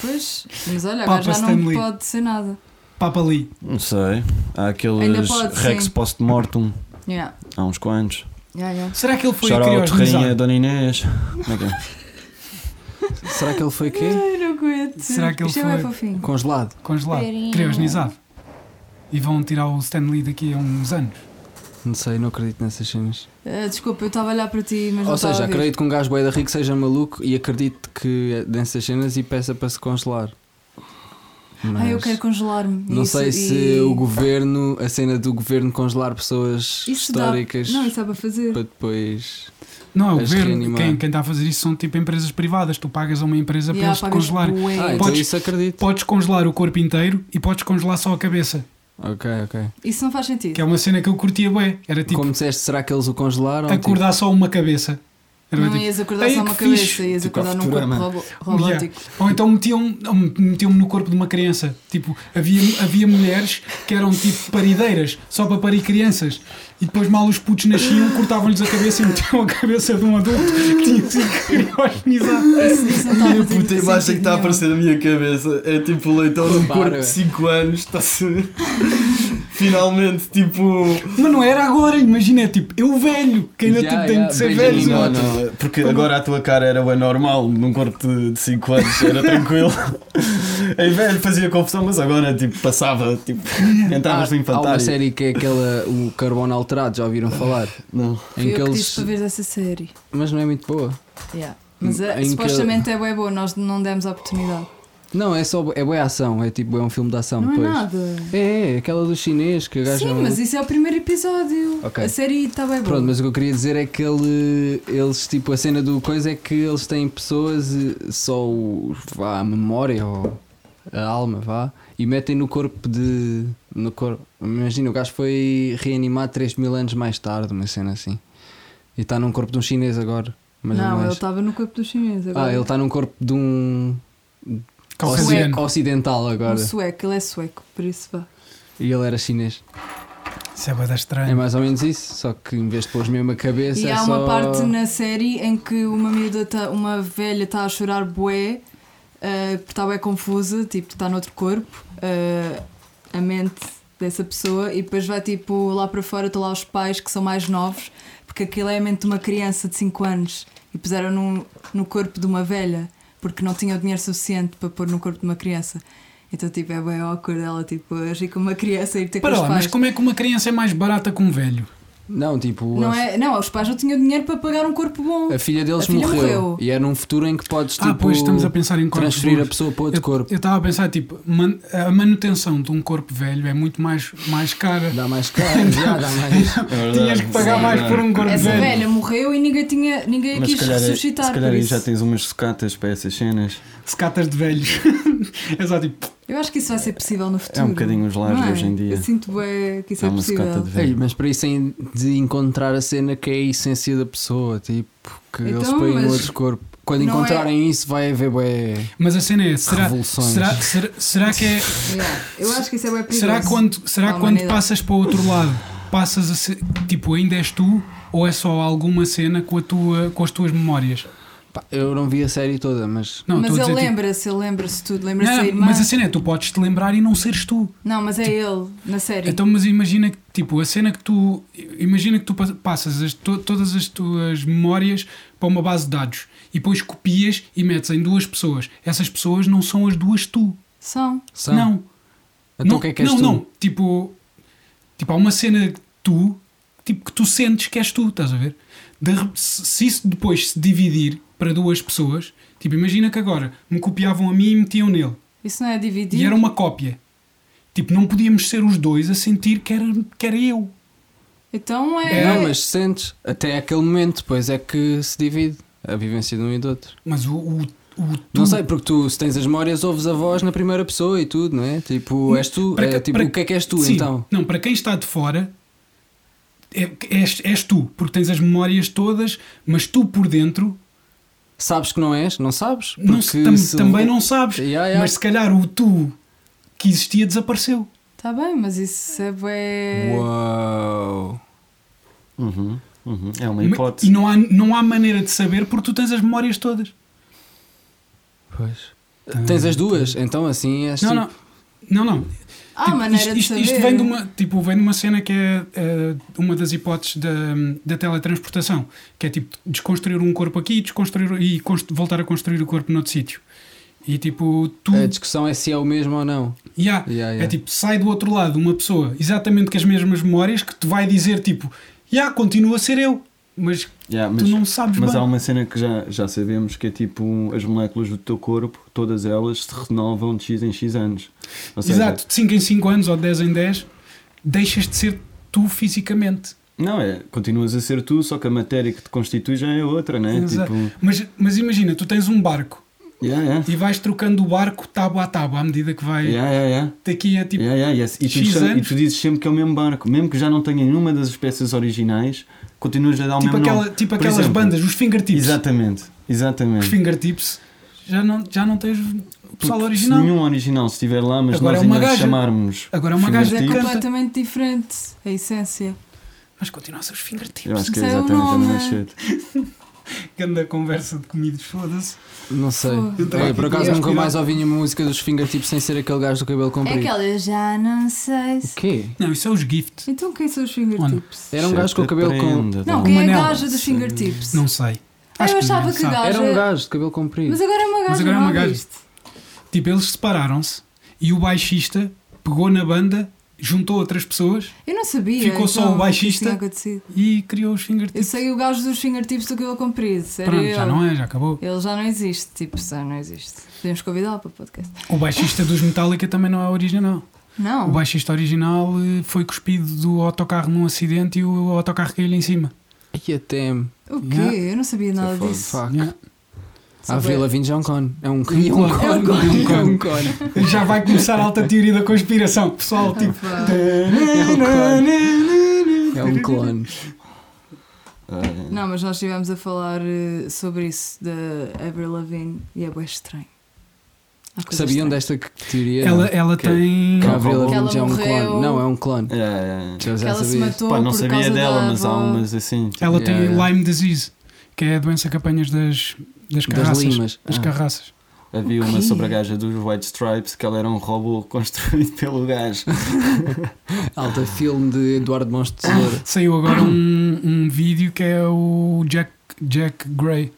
S4: Pois, mas olha, agora
S2: Papa
S4: já
S2: Stanley.
S4: não pode ser nada.
S2: Papa Lee.
S1: Não sei. Há
S4: Ainda
S1: aqueles
S4: pode,
S1: Rex
S4: sim.
S1: post-mortem.
S4: Yeah.
S1: Há uns quantos.
S4: Yeah, yeah.
S2: Será que ele foi
S1: Chora a rainha
S2: criogenizado?
S1: Dona Inês. Como é que é?
S3: Será que ele foi quê?
S4: Ai, não aguento.
S2: Será que ele
S4: Isto é bem
S2: foi-
S4: fofinho.
S3: Congelado.
S2: Congelado.
S4: Perinho.
S2: Criogenizado. E vão tirar o Stan Lee daqui a uns anos.
S3: Não sei, não acredito nessas cenas.
S4: Ah, desculpa, eu estava a olhar para ti, mas Uhum. não
S3: Ou
S4: estava
S3: seja,
S4: a ver.
S3: acredito que um gajo bué da rico seja maluco e acredito que nessas cenas e peça para se congelar. Mas
S4: Ah, eu quero congelar-me.
S3: Não
S4: Isso-
S3: sei se
S4: e-
S3: o governo, a cena do governo congelar pessoas
S4: Isso dá-
S3: históricas
S4: Não, isso é- dá para fazer.
S3: para depois.
S2: Não, é o
S3: Mas
S2: governo.
S3: reanimar.
S2: Quem, quem está a fazer isso são tipo empresas privadas. Tu pagas a uma empresa
S4: Yeah,
S2: é para eles te
S4: pagas
S2: congelarem.
S4: bué.
S3: Ah, então
S2: Podes-
S3: isso acredito.
S2: Podes congelar o corpo inteiro e podes congelar só a cabeça.
S3: Ok, ok.
S4: Isso não faz sentido.
S2: Que é uma cena que eu curtia bem. Era tipo
S3: Como disseste, será que eles o congelaram? Tipo,
S2: acordar
S1: tipo
S2: só uma cabeça. Era
S4: Não
S2: tipo,
S4: ias acordar
S2: "Ei,
S4: só
S2: que
S4: uma
S2: fixe."
S4: cabeça, ias
S1: Tipo,
S4: acordar
S1: a
S4: num corpo
S1: Futurama.
S4: robo- robótico.
S2: Ou então metiam-me metiam no corpo de uma criança. Tipo, havia, havia mulheres que eram tipo parideiras, só para parir crianças. E depois, mal os putos nasciam, cortavam-lhes a cabeça e metiam a cabeça de um adulto que tinha sido criogenizado.
S1: [laughs]
S4: Isso, isso não está a fazer
S1: Puta imagem que
S4: sentido
S1: está a
S4: nenhum.
S1: aparecer na minha cabeça é tipo o leitão de um
S3: Para.
S1: corpo de 5 anos, está-se. Finalmente, tipo.
S2: Mas não era agora, imagina, é tipo, eu velho, que ainda
S3: Yeah,
S2: tipo, tenho
S3: yeah,
S2: de ser
S3: Benjamin
S2: velho.
S1: Não,
S3: Não, não,
S1: não, é porque agora a tua cara era o anormal num corpo de 5 anos, [laughs] era tranquilo. Aí velho fazia confusão, mas agora tipo passava, tipo,
S3: Há,
S1: entravas no
S3: há uma
S1: infantário.
S3: série que é aquela O Carbono Alterado, já ouviram falar?
S1: Não.
S4: Fui
S3: Em
S4: eu
S3: que
S4: que disse
S3: eles.
S4: para ver essa série.
S3: Mas não é muito boa.
S4: Yeah. Mas
S3: Em
S4: é,
S3: que-
S4: supostamente é bem boa, nós não demos a oportunidade.
S3: Não, é só. É boa ação. É tipo, é um filme de ação
S4: Não é
S3: depois.
S4: nada.
S3: É, é, aquela do chinês que o gajo.
S4: Sim, mas isso é o primeiro episódio.
S3: Ok.
S4: A série está bem boa.
S3: Pronto, mas o que eu queria dizer é que ele, eles, tipo, a cena do coisa é que eles têm pessoas, eh, só o, vá, a memória ou a alma, vá, e metem no corpo de. No corpo. Imagina, o gajo foi reanimado 3 mil anos mais tarde, uma cena assim. E está num corpo de um chinês agora. Mas
S4: não,
S3: mais.
S4: ele estava no corpo do chinês agora.
S3: Ah, ele está num corpo de um.
S2: Caucasiano.
S3: oci- Ocidental
S4: Um
S3: agora.
S4: sueco, ele é sueco, por isso vá.
S3: E ele era chinês.
S2: Isso é bada
S3: É
S2: estranho.
S3: mais ou menos isso, só que em vez de pôr mesmo a cabeça.
S4: E
S3: é
S4: há uma
S3: só-
S4: parte na série em que uma miúda tá, uma velha está a chorar bué, eh, porque está bué confusa, tipo, está noutro corpo, eh, a mente dessa pessoa, e depois vai tipo lá para fora, estão lá os pais que são mais novos, porque aquilo é a mente de uma criança de 5 anos e puseram no, no corpo de uma velha, porque não tinham dinheiro suficiente para pôr no corpo de uma criança. Então, tipo, é bem awkward ela, tipo, agir como uma criança e ir ter com
S2: Para
S4: os
S2: lá, mas
S4: pais.
S2: como é que uma criança é mais barata que um velho?
S3: Não, tipo.
S4: Não,
S3: a-
S4: é, não, os pais não tinham dinheiro para pagar um corpo bom.
S2: É
S3: A filha deles
S4: A filha
S3: morreu.
S4: morreu.
S3: E é num futuro em que podes tipo,
S2: ah, pois estamos a pensar em corpos
S3: transferir a
S2: bons.
S3: pessoa para outro
S2: Eu-
S3: corpo.
S2: Eu estava a pensar, tipo, man- a manutenção de um corpo velho é muito mais, mais cara.
S3: Dá
S2: [laughs]
S3: mais caro, já dá mais.
S2: Tinhas que pagar mais por um corpo
S4: Essa
S2: velho.
S4: velha morreu e ninguém, tinha, ninguém a
S1: Mas se
S4: quis
S1: calhar, é- se
S4: ressuscitar.
S1: calhar
S4: por
S1: aí
S4: isso.
S1: já tens umas sucatas para essas cenas.
S2: Secatas de velhos. [laughs] é só tipo,
S4: Eu acho que isso vai ser possível no futuro.
S1: É um bocadinho os lares
S4: não é?
S1: hoje em dia.
S4: Eu sinto bem que isso
S1: Há
S4: é,
S1: uma secata
S4: possível.
S1: de
S3: Ei,
S1: velho.
S3: mas para isso tem de encontrar a cena que é a essência da pessoa, tipo, que
S4: Então,
S3: eles põem no
S4: mas
S3: outro corpo. Quando
S4: não é-
S3: encontrarem isso, vai haver bué.
S2: mas a cena é, será,
S3: Revoluções.
S2: será, será, será que é,
S4: Yeah. Eu acho que isso é bem perigoso.
S2: será quando, será
S4: Para a
S2: quando
S4: humanidade.
S2: passas para o outro lado, passas a ser, tipo, ainda és tu ou é só alguma cena com, a tua, com as tuas memórias?
S3: Pá, eu não vi a série toda, mas.
S2: Não,
S4: mas
S2: estou a
S4: ele
S2: dizer, tipo,
S4: lembra-se, ele lembra-se tudo, lembra-se da
S2: não,
S4: irmã.
S2: mas a cena é, tu podes te lembrar e não seres tu.
S4: Não, mas é ele, na série.
S2: Então, mas imagina que, tipo, a cena que tu. Imagina que tu pa- passas as to- todas as tuas memórias para uma base de dados e depois copias e metes em duas pessoas. Essas pessoas não são as duas tu.
S4: São.
S3: São.
S2: Não.
S3: Então
S2: não,
S3: o que é que és
S2: não,
S3: tu?
S2: não. Tipo, tipo, há uma cena que tu. Tipo, que tu sentes que és tu, estás a ver? De re- se se isso depois se dividir para duas pessoas, tipo, imagina que agora me copiavam a mim e metiam nele.
S4: Isso não é dividido.
S2: E era um- uma cópia. Tipo, não podíamos ser os dois a sentir que era, que era eu.
S4: Então é.
S3: Não, mas sentes, até aquele momento, depois é que se divide a vivência de um e do outro.
S2: Mas o, o, o tu-
S3: Não sei, porque tu, se tens as memórias, ouves a voz na primeira pessoa e tudo, não é? Tipo, és tu,
S2: para
S3: é,
S2: que-
S3: tipo,
S2: para-
S3: o que é que és tu
S2: Sim,
S3: então?
S2: Não, para quem está de fora, é- és, és tu, porque tens as memórias todas, mas tu por dentro
S3: Sabes que não és? Não sabes?
S2: não se- tam-
S3: se-
S2: também não sabes.
S3: Ya, ya.
S2: Mas se calhar o tu que existia desapareceu.
S4: Está Tá bem, mas isso é bem.
S3: Uau!
S1: Uhum, uhum. É uma
S2: Ma- E
S1: hipótese.
S2: não há, não há maneira de saber porque tu tens as memórias todas.
S3: Pois. Tens as duas, então assim és
S2: Não,
S3: tipo-
S2: não. Não, não.
S4: Há
S2: Tipo,
S4: maneira
S2: isto, isto-
S4: de saber.
S2: isto vem de uma tipo vem de uma cena que é eh, uma das hipóteses da, da teletransportação que é tipo desconstruir um corpo aqui desconstruir e const- voltar a construir o corpo noutro sítio e tipo tu
S3: A discussão é se é o mesmo ou não.
S2: Yeah.
S3: Yeah, yeah.
S2: é tipo sai do outro lado uma pessoa exatamente com as mesmas memórias que te vai dizer tipo yeah, continua a ser eu mas
S1: Yeah,
S2: tu não sabes
S1: Mas
S2: bem
S1: há uma cena que já, já sabemos que é tipo as moléculas do teu corpo, todas elas se renovam de X em X anos. Ou seja,
S2: exato de 5 em 5 anos ou 10 em 10 deixas de ser tu fisicamente
S1: Não, é, continuas a ser tu, só que a matéria que te constitui já é outra, né?
S2: Exato.
S1: Tipo,
S2: mas, mas imagina tu tens um barco
S1: yeah, yeah.
S2: E vais trocando o barco tábua a tábua à medida que vai.
S1: Yeah, yeah, yeah.
S2: Daqui a tipo.
S1: Yeah, yeah, yes. e, tu
S2: X
S1: cham- e
S2: anos.
S1: tu dizes sempre que é o mesmo barco, mesmo que já não tenha nenhuma das espécies originais, continuas a dar o
S2: Tipo,
S1: mesmo
S2: aquela,
S1: nome.
S2: tipo
S1: Por
S2: aquelas
S1: exemplo,
S2: bandas, os fingertips.
S1: Exatamente,
S2: Os
S1: exatamente.
S2: fingertips já não, já não tens o pessoal
S1: Porque se
S2: original.
S1: nenhum original estiver lá, mas
S2: Agora é
S1: nós
S2: uma
S1: ainda
S2: gaja.
S1: chamarmos.
S2: Agora é uma
S4: Mas
S2: gaja que
S4: é
S1: fingertips.
S2: canta.
S4: completamente diferente a essência.
S2: Mas continua a ser os fingertips.
S1: Eu acho que é
S4: Isso é o
S1: exatamente a
S4: nome.
S1: mesma shit.
S2: Ganda conversa de comidas, foda-se.
S3: Não sei.
S4: Pô.
S2: Então,
S3: É, por acaso
S2: eu-
S3: nunca mais ouvi nenhuma música dos fingertips sem ser aquele gajo do cabelo
S4: É
S3: comprido.
S4: aquela, eu já não sei
S3: O
S4: se.
S3: quê?
S2: Não, isso é os gift.
S4: Então quem são os fingertips?
S3: Era um gajo com o
S1: Shit,
S3: cabelo com.
S1: aprenda,
S4: Não,
S1: tá.
S4: quem é a
S2: Manela.
S4: gaja dos fingertips?
S2: Não sei.
S4: Ah,
S2: Acho
S4: eu
S2: que não,
S4: achava que
S2: sabe.
S4: gaja.
S3: Era um gajo de cabelo comprido.
S4: Mas agora é uma gaja.
S2: Mas agora é
S4: não
S2: uma gaja.
S4: ouviste?
S2: Tipo, eles separaram-se e o baixista pegou na banda juntou outras pessoas
S4: Eu não sabia.
S2: Ficou só
S4: então,
S2: o baixista?
S4: tinha acontecido.
S2: e criou os
S4: Eu
S2: fingertips.
S4: sei o gajo dos fingertips do que eu comprei. Sério.
S2: Pronto, já não é, já acabou.
S4: Ele já não existe, tipo, já não existe. Podemos convidá-lo para o podcast.
S2: O baixista dos Metallica também não é original.
S4: Não.
S2: O baixista original eh, foi cuspido do autocarro num acidente e o autocarro caiu-lhe em cima.
S3: E até.
S4: O quê?
S2: Yeah.
S4: Eu não sabia nada
S3: Isso é
S4: disso.
S3: foda. Fuck.
S2: Yeah.
S3: A
S4: Sobre-
S3: Avril Lavigne é um cone. É um
S2: cone.
S3: cone. É um cone.
S4: É um cone.
S3: É um cone.
S2: Já vai começar a alta teoria da conspiração, pessoal. Tipo,
S4: Opa.
S2: [laughs] um
S3: É um clone.
S1: Ah,
S4: Não, mas nós estivemos a falar eh, sobre isso da Avril Lavigne e é bem estranho. Há coisas
S3: Sabiam
S4: estranhas.
S3: desta teoria?
S2: ela, é
S3: não?
S2: ela
S1: Que-
S2: tem.
S3: Que a
S1: Não.
S3: Avril
S4: Que ela
S3: Lavigne é um
S4: morreu.
S3: clone. Não, é um clone.
S1: é, é, é.
S3: Eu
S4: Que
S3: já
S4: ela se
S3: sabia.
S4: matou.
S1: Pá, não
S4: por
S1: sabia
S4: causa
S1: dela,
S4: da
S1: mas há
S4: avó.
S1: umas assim. tipo,
S2: Ela tem
S3: Yeah, yeah.
S2: Lyme disease, que é a doença que apanhas das, das
S3: Das
S2: carraças.
S3: limas.
S2: Das
S3: Ah.
S2: carraças.
S1: Havia uma
S4: Ok.
S1: sobre a gaja dos White Stripes que ela era um robô [laughs] construído pelo gajo.
S3: Ah, Alta filme de Eduardo Mons de Tesouro.
S2: Saiu agora um, um vídeo que é o Jack, Jack Gray,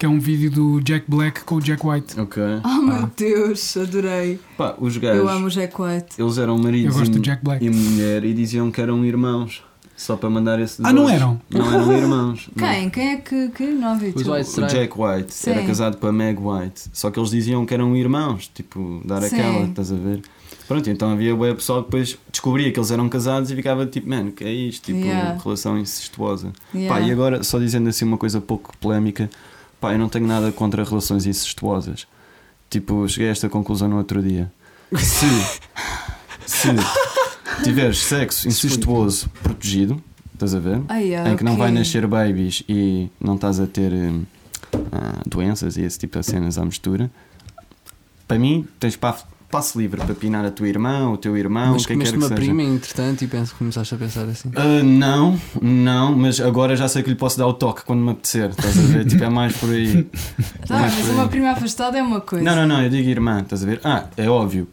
S2: que é um vídeo do Jack Black com o Jack White.
S1: Ok.
S4: Oh meu
S3: Ah.
S4: Deus, adorei.
S1: Pá, os
S4: Eu
S1: gajos,
S4: amo o Jack White.
S1: eles eram maridos
S2: Eu gosto
S1: e,
S2: do Jack Black.
S1: e mulher e diziam que eram irmãos. Só para mandar esse
S2: Ah, não
S1: desgosto.
S2: eram?
S1: Não eram
S2: [laughs]
S1: irmãos. não.
S4: Quem? Quem é que, que não ouvi
S3: Os
S4: tu?
S3: White
S1: O
S3: Stripes.
S1: Jack White
S4: Sim.
S1: era casado com a Meg White, só que eles diziam que eram irmãos, tipo, dar
S4: Sim.
S1: aquela, estás a ver? Pronto, então havia o pessoal que depois descobria que eles eram casados e ficava tipo, mano, que é isto? Tipo,
S4: Yeah.
S1: relação incestuosa.
S4: Yeah.
S1: Pá, e agora, só dizendo assim uma coisa pouco polémica, pá, eu não tenho nada contra relações incestuosas. Tipo, cheguei a esta conclusão no outro dia. Se, se tiveres sexo incestuoso protegido, estás a ver?
S4: Ai, ah,
S1: Em que não vai
S4: ok.
S1: nascer babies e não estás a ter hum, ah, doenças e esse tipo de cenas à mistura, para mim tens pa- passo livre para pinar a tua irmã, o teu irmão,
S3: Mas
S1: quem quer
S3: comeste
S1: que
S3: uma
S1: seja.
S3: prima, entretanto, e penso que começaste a pensar assim.
S1: Ah, não, não, mas agora já sei que lhe posso dar o toque quando me apetecer, estás a ver? tipo, é mais por aí.
S4: Tá,
S1: Mas
S4: mas
S1: foi-
S4: uma prima afastada é uma coisa.
S1: Não, não, não, eu digo irmã, estás a ver? Ah, é óbvio.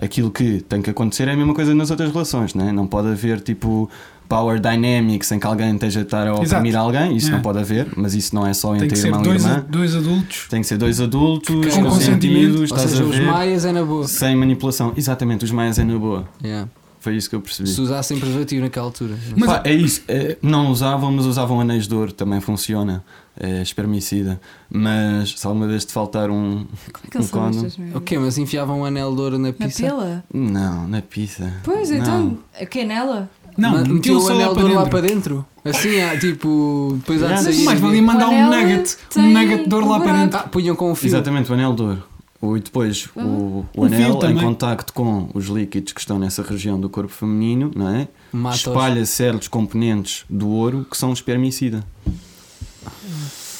S1: Aquilo que tem que acontecer é a mesma coisa nas outras relações, né? não pode haver tipo power dynamics em que alguém esteja a estar a oprimir
S2: Exato.
S1: alguém, isso
S2: É.
S1: não pode haver, mas isso não é só
S2: Tem que
S1: entre
S2: ser
S1: irmão
S2: dois,
S1: e irmã.
S2: dois adultos.
S1: Tem que ser dois adultos,
S3: Com
S2: consentimento.
S1: consentidos,
S3: Ou
S1: estás
S3: seja,
S1: a
S3: os
S1: ver?
S3: maias é na boa.
S1: Sem manipulação. Exatamente, os maias é na boa.
S3: Yeah.
S1: Foi isso que eu percebi.
S3: Se usassem preservativo naquela altura.
S2: Mas-
S1: Pá, é isso. É, não usavam, mas usavam anéis de ouro, também funciona. É espermicida. Mas se alguma vez te faltar um.
S4: Como é que ele
S1: Um
S4: sabe
S1: cone.
S4: estas merdas?
S3: Ok, mas enfiavam um anel de ouro na
S4: Na
S3: pizza.
S4: pila?
S1: Não, na pizza.
S4: Pois,
S1: Não.
S4: então. A quê nela?
S2: Não,
S3: Mas
S2: meteu
S3: o
S2: só lá
S3: anel de
S2: para
S3: ouro lá
S2: dentro.
S3: para dentro. Assim, ah, tipo, depois há de
S1: Mas
S3: sair.
S2: Mais valia
S4: é O
S2: mandar um
S4: anel
S2: nugget.
S4: tem
S2: Um nugget de ouro lá para
S4: buraco.
S2: dentro.
S3: Ah, punham com um fio.
S1: Exatamente, o anel de ouro. O- E depois
S4: Ah.
S1: o, o
S2: Um fio
S1: anel em
S2: também.
S1: contacto com os líquidos que estão nessa região do corpo feminino, não é?
S3: Mata-os.
S1: Espalha certos componentes do ouro que são espermicida.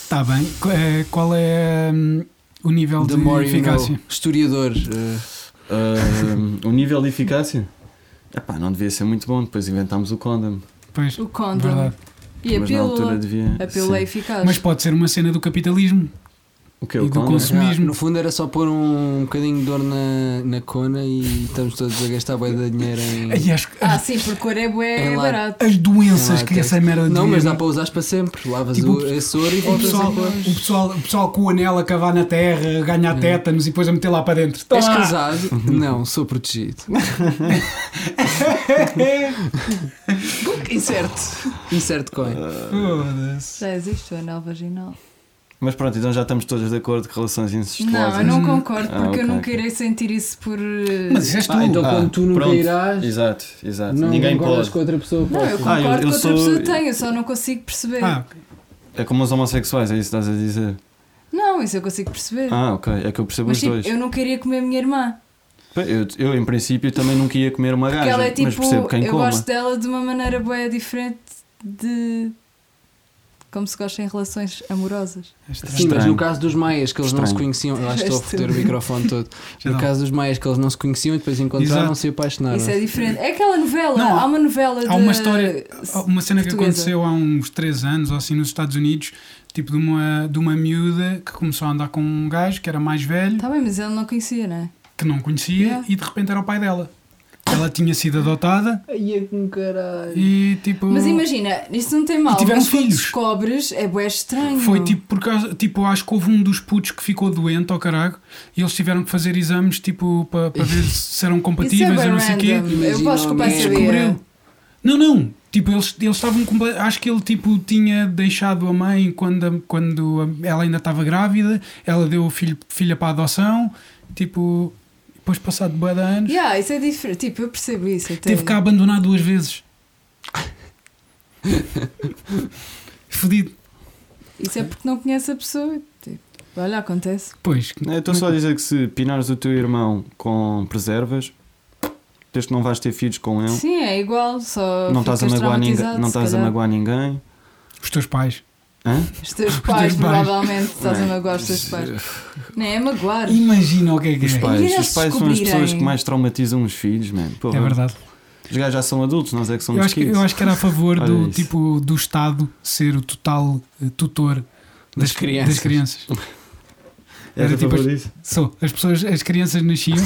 S2: Está bem. Qu- eh, Qual é hum, o nível
S3: The
S2: de
S3: more you know.
S2: eficácia?
S3: Historiador. eh,
S1: Ah, o nível de eficácia? Epá, não devia ser muito bom. Depois inventámos o condom.
S2: Pois,
S4: O condom.
S2: verdade.
S4: E a
S1: mas na altura
S4: pílula?
S1: devia.
S4: A pílula é
S1: sim.
S4: eficaz.
S2: Mas pode ser uma cena do capitalismo.
S1: O que
S2: e
S1: o
S2: do
S1: condom?
S2: Isso mesmo.
S3: No fundo era só pôr um, bocadinho de dor na, na cona e estamos todos a gastar bem de dinheiro
S2: [laughs]
S3: em.
S2: Ai, acho que-
S4: Ah, sim, porque o é bué,
S3: Em
S4: é
S3: lá-
S1: [laughs]
S4: barato.
S2: as doenças
S3: Ah,
S2: que essa merda
S3: Não,
S2: devia-
S3: mas dá para usares para sempre. Lavas
S2: Tipo,
S3: o, esse ouro e
S2: o
S3: voltas
S2: pessoal,
S3: a
S2: o,
S3: pôr.
S2: pessoal, o pessoal com o anel a cavar na terra, a
S3: Hum.
S2: ganhar tétanos e depois a meter lá para dentro. Tá. Toma!
S3: És casado?
S2: Uhum.
S3: Não, sou protegido. Inserte. Inserte
S2: [laughs]
S3: coin.
S2: Foda-se.
S4: Já existe o anel vaginal.
S1: Mas pronto, então já estamos todos de acordo que relações
S4: Não,
S1: incestuosas.
S4: eu não concordo
S1: Ah,
S4: porque
S1: ok,
S4: eu nunca
S1: ok.
S4: irei sentir isso por. eh,
S2: Mas isso és tu.
S3: Ah, então
S1: Ah,
S3: quando tu nunca
S1: pronto.
S3: irás,
S1: Exato, exato.
S3: não
S1: Ah, Ninguém
S3: concordas
S1: pode.
S3: com outra pessoa.
S4: Não, eu
S3: posso.
S1: Ah,
S4: concordo
S1: eu- eu
S4: que outra
S1: sou-
S4: pessoa tem, eu só não consigo perceber.
S2: é Ah,
S1: É como os homossexuais, é isso que estás a dizer.
S4: Não, isso eu consigo perceber.
S1: Ah, ok. É que eu percebo
S4: mas
S1: os
S4: tipo,
S1: dois.
S4: eu não queria comer a minha irmã.
S1: Bem, Eu, eu, em princípio, também nunca ia comer uma
S4: Porque
S1: gaja,
S4: ela é
S1: mas
S4: tipo.
S1: percebo quem
S4: Eu
S1: coma.
S4: gosto dela de uma maneira bué diferente de. Como se gosta em relações amorosas.
S2: é estranho.
S3: Sim, mas
S1: Estranho.
S3: no caso dos maias que eles não se
S1: Estranho.
S3: conheciam, eu acho que estou a
S4: Estranho.
S2: [laughs]
S3: foder o microfone todo.
S2: Já
S3: No
S2: dá.
S3: caso dos maias que eles não se conheciam e depois encontraram-se e apaixonaram.
S4: Isso é diferente. É aquela novela.
S2: Ah, Não,
S4: há uma novela de.
S2: Há uma história, há uma cena que
S4: portuguesa.
S2: aconteceu há uns 3 anos ou assim nos Estados Unidos, tipo de uma, de uma miúda que começou a andar com um gajo que era mais velho,
S4: Tá bem, mas ele não conhecia, não é?
S2: que não conhecia
S4: Yeah.
S2: e de repente era o pai dela. Ela tinha sido adotada
S3: Ai, é com caralho.
S2: e tipo.
S4: Mas imagina, isto não tem mal.
S2: E tiveram
S4: mas quando
S2: filhos.
S4: descobres, é bué estranho.
S2: Foi tipo por causa, tipo, acho que houve um dos putos que ficou doente ao caralho e eles tiveram que fazer exames tipo para
S4: [laughs]
S2: ver se eram
S4: Isso é
S2: compatíveis
S4: bué
S2: e não sei o quê.
S4: random. Eu posso que o pai
S3: Imagina,
S4: sabia.
S2: Descobriu. Não, não. Tipo, eles eles estavam comple- Acho que ele tipo tinha deixado a mãe quando, a- quando a- ela ainda estava grávida, ela deu o filho filha para a adoção, tipo, depois passado bué de anos,
S4: Yeah, isso é diferente. Tipo, eu percebo isso até.
S2: teve que a abandonar duas vezes. Fodido.
S4: Isso é porque não conhece a pessoa. Tipo, olha, acontece.
S2: Pois.
S1: Eu Estou só a dizer que se pinares o teu irmão com preservas, desde que não vais ter filhos com ele,
S4: Sim, é igual, só.
S1: não estás, a
S4: ficas
S1: magoar, ninguém,
S4: traumatizado,
S1: não
S4: se
S1: estás a
S4: calhar.
S1: magoar ninguém.
S2: Os teus pais.
S1: Hã?
S4: Os teus
S2: pais.
S4: pais, provavelmente, estás a
S1: Não é.
S4: magoar os teus pais. Não é magoar.
S2: Imagina o que é que
S1: Os
S2: é.
S1: pais,
S4: eles
S1: os pais são as pessoas
S4: descobrirem.
S1: que mais traumatizam os filhos, man. Porra,
S2: É verdade.
S1: Os gajos já são adultos, nós é que
S2: Eu
S1: somos
S2: acho que,
S1: kids.
S2: eu acho que era a favor
S1: Olha
S2: do
S1: isso.
S2: tipo do Estado ser o total eh, tutor
S3: Das crianças.
S2: Das crianças.
S1: És
S2: era
S1: a
S2: tipo
S1: favor
S2: as-
S1: disso?
S2: Sou. As pessoas, as crianças nasciam.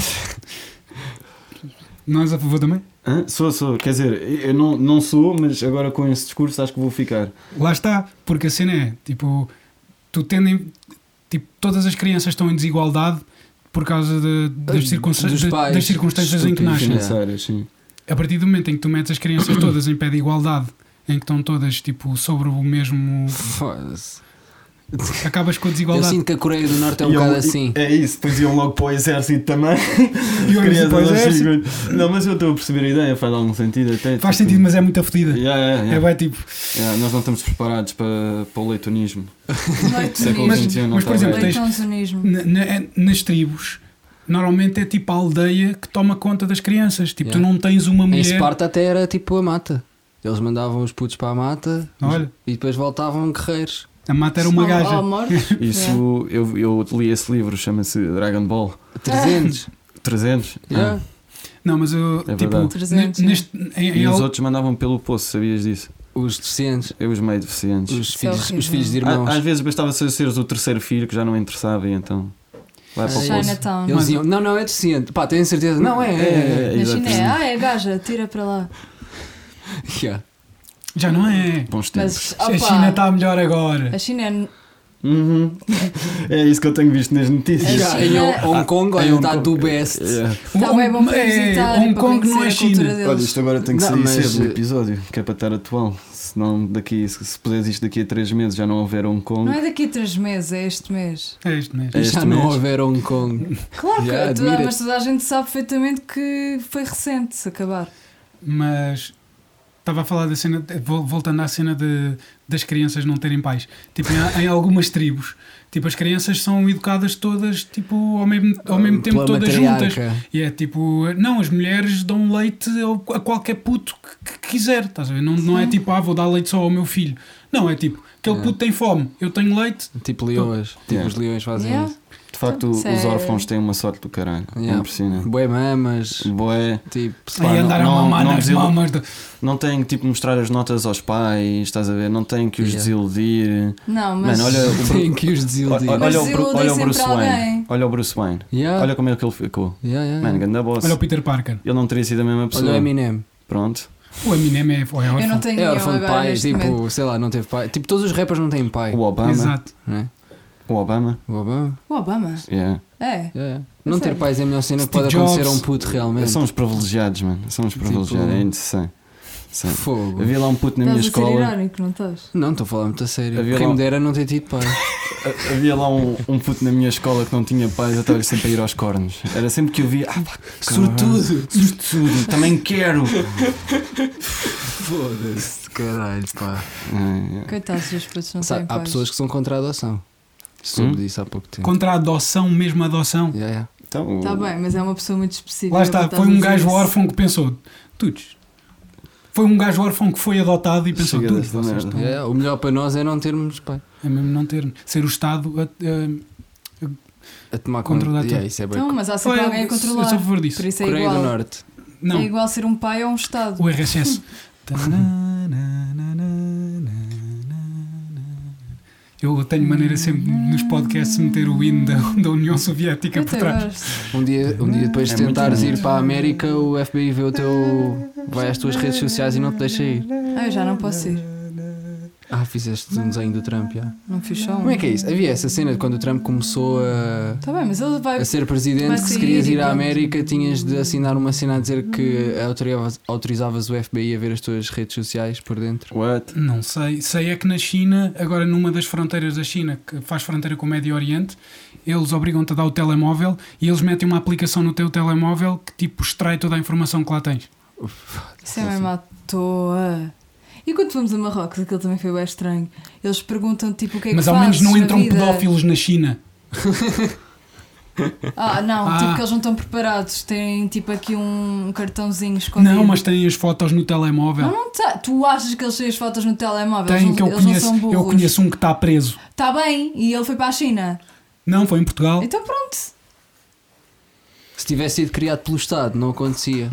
S2: Nós a favor também?
S1: Hã? Sou, sou. Quer dizer, eu não, não sou, mas agora com esse discurso acho que vou ficar.
S2: Lá está, porque a cena é, tipo, tu tendem, tipo, todas as crianças estão em desigualdade por causa de- das,
S3: Dos
S2: circunstan- de-
S3: pais
S2: das circunstâncias em que
S1: Estúpidas
S2: nascem.
S1: financeiras, sim.
S2: A partir do momento em que tu metes as crianças todas em pé de igualdade, em que estão todas, tipo, sobre o mesmo...
S3: Foda-se.
S2: Acabas com a
S3: Eu
S2: desigualdade.
S3: sinto que a Coreia do Norte é um
S1: Iam-
S3: bocado assim.
S1: É isso, depois iam logo para o exército também.
S2: Iam
S1: Crianças
S2: para o
S1: aos
S2: exército.
S1: cinco anos. Não, mas eu estou a perceber a ideia, faz algum sentido até.
S2: Faz
S1: tipo,
S2: sentido, mas é muito afodida.
S1: yeah, yeah, yeah.
S2: É bem tipo...
S1: Yeah, nós não estamos preparados para, para o é leitonismo.
S4: é
S1: Século
S2: Mas-
S1: XXI não
S2: mas,
S1: está
S2: por exemplo,
S1: tá bem.
S2: tens-
S4: Leitonismo.
S2: Na- na- nas tribos, normalmente é tipo a aldeia que toma conta das crianças. Tipo,
S3: Yeah.
S2: tu não tens uma
S3: Em
S2: mulher.
S3: Esparta até era tipo a mata. Eles mandavam os putos para a mata
S2: Olha,
S3: e depois voltavam guerreiros.
S2: a mata era uma
S4: Ou-
S2: gaja.
S4: ou mortos. Yeah.
S1: Isso, é eu, eu li esse livro, chama-se Dragon Ball é?
S3: 300.
S1: 300.
S3: Yeah.
S2: Não, mas eu,
S1: É
S2: tipo,
S1: verdade.
S4: 300,
S2: ne-
S4: é.
S2: neste- em- em
S1: E os
S2: al-
S1: outros mandavam pelo poço, sabias disso?
S3: Os deficientes.
S1: Eu os meio deficientes.
S3: Os
S4: é
S3: filhos,
S4: horrível.
S3: os filhos de
S1: À-
S3: irmãos.
S1: Ah, Às vezes bastava ser seres o terceiro filho que já não interessava e então vai para o
S3: Ai,
S1: poço.
S4: Chinatown.
S3: Eles iam, não, não, é deficiente. Pá, tenho certeza. Não, é. é, é. [laughs]
S1: É,
S4: Na China é,
S1: exatamente.
S4: ah, é gaja, tira para lá.
S3: Yeah.
S2: já não é.
S1: Bons tempos.
S4: Mas,
S2: a
S4: opa,
S2: China está melhor agora.
S4: a China é
S1: Uhum. É isso que eu tenho visto nas notícias. É.
S4: É.
S3: Yeah, em Hong- Hong Kong, olha, está do best.
S1: Yeah.
S4: Tá bem bom para
S2: é,
S4: visitar e
S2: Hong
S4: para
S2: Kong
S4: conhecer
S2: não é
S4: a cultura
S2: China.
S4: deles.
S1: Olha, isto agora tem que
S3: Não,
S1: sair
S3: mas-
S1: cedo o episódio, que é para estar atual. Senão daqui, se se puderes isto daqui a 3 meses já não houver Hong Kong.
S4: Não é daqui a três meses, é este mês.
S2: É isto mesmo.
S1: É
S3: E
S1: este
S3: já não
S1: mês.
S3: houver Hong Kong.
S4: Claro que
S3: Yeah,
S4: toda,
S3: admira-te.
S4: mas toda a gente sabe perfeitamente que foi recente se acabar.
S2: Mas estava a falar da cena, de- vol- voltando à cena de, das crianças não terem pais. Tipo, em, em algumas tribos, tipo, as crianças são educadas todas, tipo, ao mesmo, ao mesmo tempo,
S3: Pela
S2: todas
S3: matriarca.
S2: juntas. E é tipo, não, as mulheres dão leite ao- a qualquer puto que, que quiser, estás a ver? Não, não é
S4: Sim.
S2: tipo, ah, vou dar leite só ao meu filho. Não, é tipo, aquele
S3: É.
S2: puto tem fome, eu tenho leite.
S3: Tipo leões. Tipo
S1: Yeah.
S3: os leões fazem
S4: Yeah.
S3: isso.
S1: De facto,
S4: Isso
S1: os
S4: é-
S1: órfãos têm uma sorte do caralho.
S3: Yeah.
S1: É impressionante.
S3: Boé mamas.
S1: Boé,
S3: Tipo,
S1: Pá,
S2: Aí
S1: não-
S3: [laughs]
S2: andar a
S1: não-
S2: mamar
S1: não
S2: nas
S1: desilu-
S2: mamas. do-
S1: não têm que tipo, mostrar as notas aos pais, estás a ver? Não têm que os
S3: Yeah.
S1: desiludir.
S4: Não, mas.
S1: Mano, olha o Bru-
S3: tem que os desiludir.
S1: Olha,
S4: Mas
S1: olha o, Bru-
S4: iludem
S1: olha o
S4: sempre
S1: Bruce Wayne.
S4: alguém.
S1: Olha o Bruce Wayne.
S3: Yeah.
S1: Olha como é que ele ficou.
S3: Yeah, yeah,
S1: Mano,
S3: yeah.
S1: ganda boss.
S2: Olha o Peter Parker.
S1: Ele não teria sido a mesma
S3: Ah. Olha o
S1: pessoa.
S3: Eminem.
S1: Pronto.
S2: O Eminem é, é órfão.
S4: eu não tenho
S3: É
S4: nenhum
S3: órfão de
S4: agora
S3: pais.
S4: neste
S3: Tipo,
S4: momento.
S3: sei lá, não teve pai. Tipo, todos os rappers não têm pai.
S1: O Obama.
S2: É. Exato.
S3: Né?
S1: O Obama.
S3: O Obama.
S4: O Obama.
S1: Yeah.
S4: É.
S3: Yeah. Não ter
S4: sério.
S3: pais é a melhor cena que
S2: Steve
S3: pode acontecer a
S2: Jobs.
S3: um puto realmente.
S1: São os privilegiados, mano. São os privilegiados. É interessante. Sim.
S3: Fogo.
S1: Havia lá um puto na minha
S4: Estás a ser
S1: escola.
S4: irónico, não estás?
S3: Não, estou a falar muito a sério.
S1: Havia
S3: Quem
S1: lá- um-
S3: me dera não ter tido
S1: [laughs]
S3: pai.
S1: Ha- Havia lá um, um puto na minha escola que não tinha pais, eu estava sempre a ir aos cornos. Era sempre que eu via. Ah, pá,
S3: Sortudo.
S1: Sortudo, também quero!
S3: Foda-se, caralho, pá.
S1: É,
S4: Coitados dos putos, não
S3: Sabe,
S4: têm
S3: há
S4: pais.
S3: pessoas que são contra a adoção. Soube
S1: Hum?
S3: disso há pouco tempo.
S2: Contra a adoção, mesmo a adoção.
S3: Yeah, yeah.
S1: é. Então,
S4: Está bem, mas é uma pessoa muito específica.
S2: Lá
S4: para
S2: está,
S4: estás
S2: foi
S4: a
S2: um
S4: dizer
S2: gajo
S4: isso.
S2: órfão que pensou, tudes. Foi um gajo órfão que foi adotado e pensou,
S1: Chega
S2: tudes,
S1: desta
S2: vocês
S1: merda."
S2: estão.
S3: Yeah, o melhor para nós é não termos pai.
S2: É mesmo não ter. Ser o Estado a, eh, a-
S3: A tomar conta.
S2: Controlar tudo.
S3: Yeah, isso é bem.
S4: Então, mas há sempre
S2: Olha,
S4: alguém a
S2: eu sou-
S4: controlar.
S2: Eu sou a favor disso.
S4: Por isso é
S3: Coreia do
S4: igual.
S3: Norte.
S2: Não,
S4: É igual ser um pai ou um Estado.
S2: o RSS. Eu tenho maneira sempre nos podcasts de meter o hino da, da União Soviética
S4: Então, Eu
S2: é por
S4: até
S2: trás.
S4: gosto.
S3: Um dia, um
S4: Ah,
S3: dia depois de
S1: É muito
S3: tentares
S1: bonito.
S3: ir para a América, o FBI vê o teu. vai às tuas redes sociais e não te deixa ir.
S4: Ah, eu já não posso ir.
S3: Ah, fizeste um desenho do Trump, já.
S4: Não fiz só um.
S3: Como é que é isso? Havia essa cena de quando o Trump começou a.
S4: Tá bem, mas ele vai.
S3: a ser presidente,
S4: Vai
S3: que se
S4: sair
S3: querias
S4: e
S3: ir à
S4: pronto.
S3: América, tinhas de assinar uma cena a dizer que autorizavas, autorizavas o FBI a ver as tuas redes sociais por dentro.
S1: What?
S2: Não sei. Sei é que na China, agora numa das fronteiras da China, que faz fronteira com o Médio Oriente, eles obrigam-te a dar o telemóvel e eles metem uma aplicação no teu telemóvel que tipo extrai toda a informação que lá tens.
S4: Isso é mesmo à toa. E quando fomos a Marrocos, aquilo também foi bem estranho. Eles perguntam tipo o que é
S2: Mas
S4: que
S2: ao menos
S4: fazes
S2: não
S4: na
S2: entram
S4: vida?
S2: pedófilos na China.
S4: Ah, não,
S2: Ah.
S4: tipo que eles não estão preparados. Têm tipo aqui um cartãozinho escondido.
S2: Não, mas têm as fotos no telemóvel.
S4: Não, não tá. Tu achas que eles têm as fotos no telemóvel?
S2: Tem,
S4: eles
S2: que eu
S4: não, eles não
S2: conheço,
S4: são burros.
S2: eu conheço um que está preso.
S4: Tá bem, e ele foi para a China.
S2: Não, foi em Portugal.
S4: Então pronto.
S3: Se tivesse sido criado pelo Estado, não acontecia.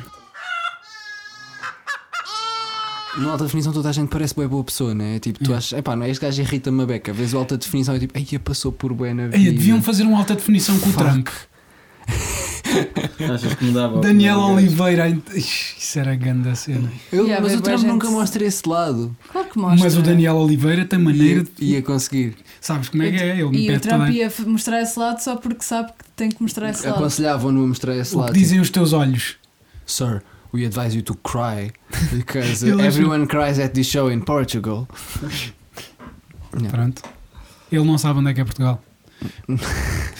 S3: No alta definição toda a gente parece bem boa pessoa, né? É Tipo, tu achas, epá, não, este gajo irrita-me a beca. Vês o alta definição e tipo, eia, passou por bem na vida.
S2: Ei, um deviam fazer uma alta definição com o Trump.
S1: Achas que mudava?
S2: Daniel Oliveira. Ixi, Isso era a grande a cena.
S3: Eu-
S4: Yeah,
S3: mas
S4: bem,
S3: o
S4: bem,
S3: Trump
S4: gente.
S3: nunca mostra esse lado.
S4: Claro que mostra.
S2: Mas o Daniel Oliveira tem maneira
S3: Ia,
S2: de.
S3: ia conseguir.
S2: Sabes como é que é? Ele
S4: E o
S2: mete toda
S4: Trump
S2: a-
S4: ia f- mostrar esse lado só porque sabe que tem que mostrar esse lado.
S3: Aconselhavam-no a mostrar esse
S2: O
S3: lado.
S2: que
S3: tipo,
S2: dizem os teus olhos?
S3: Sir, we advise you to cry
S2: [laughs]
S3: because
S2: Ele
S3: uh,
S2: acha-
S3: everyone cries at this show in Portugal. Yeah.
S2: Pronto. Ele não sabe onde é que é Portugal.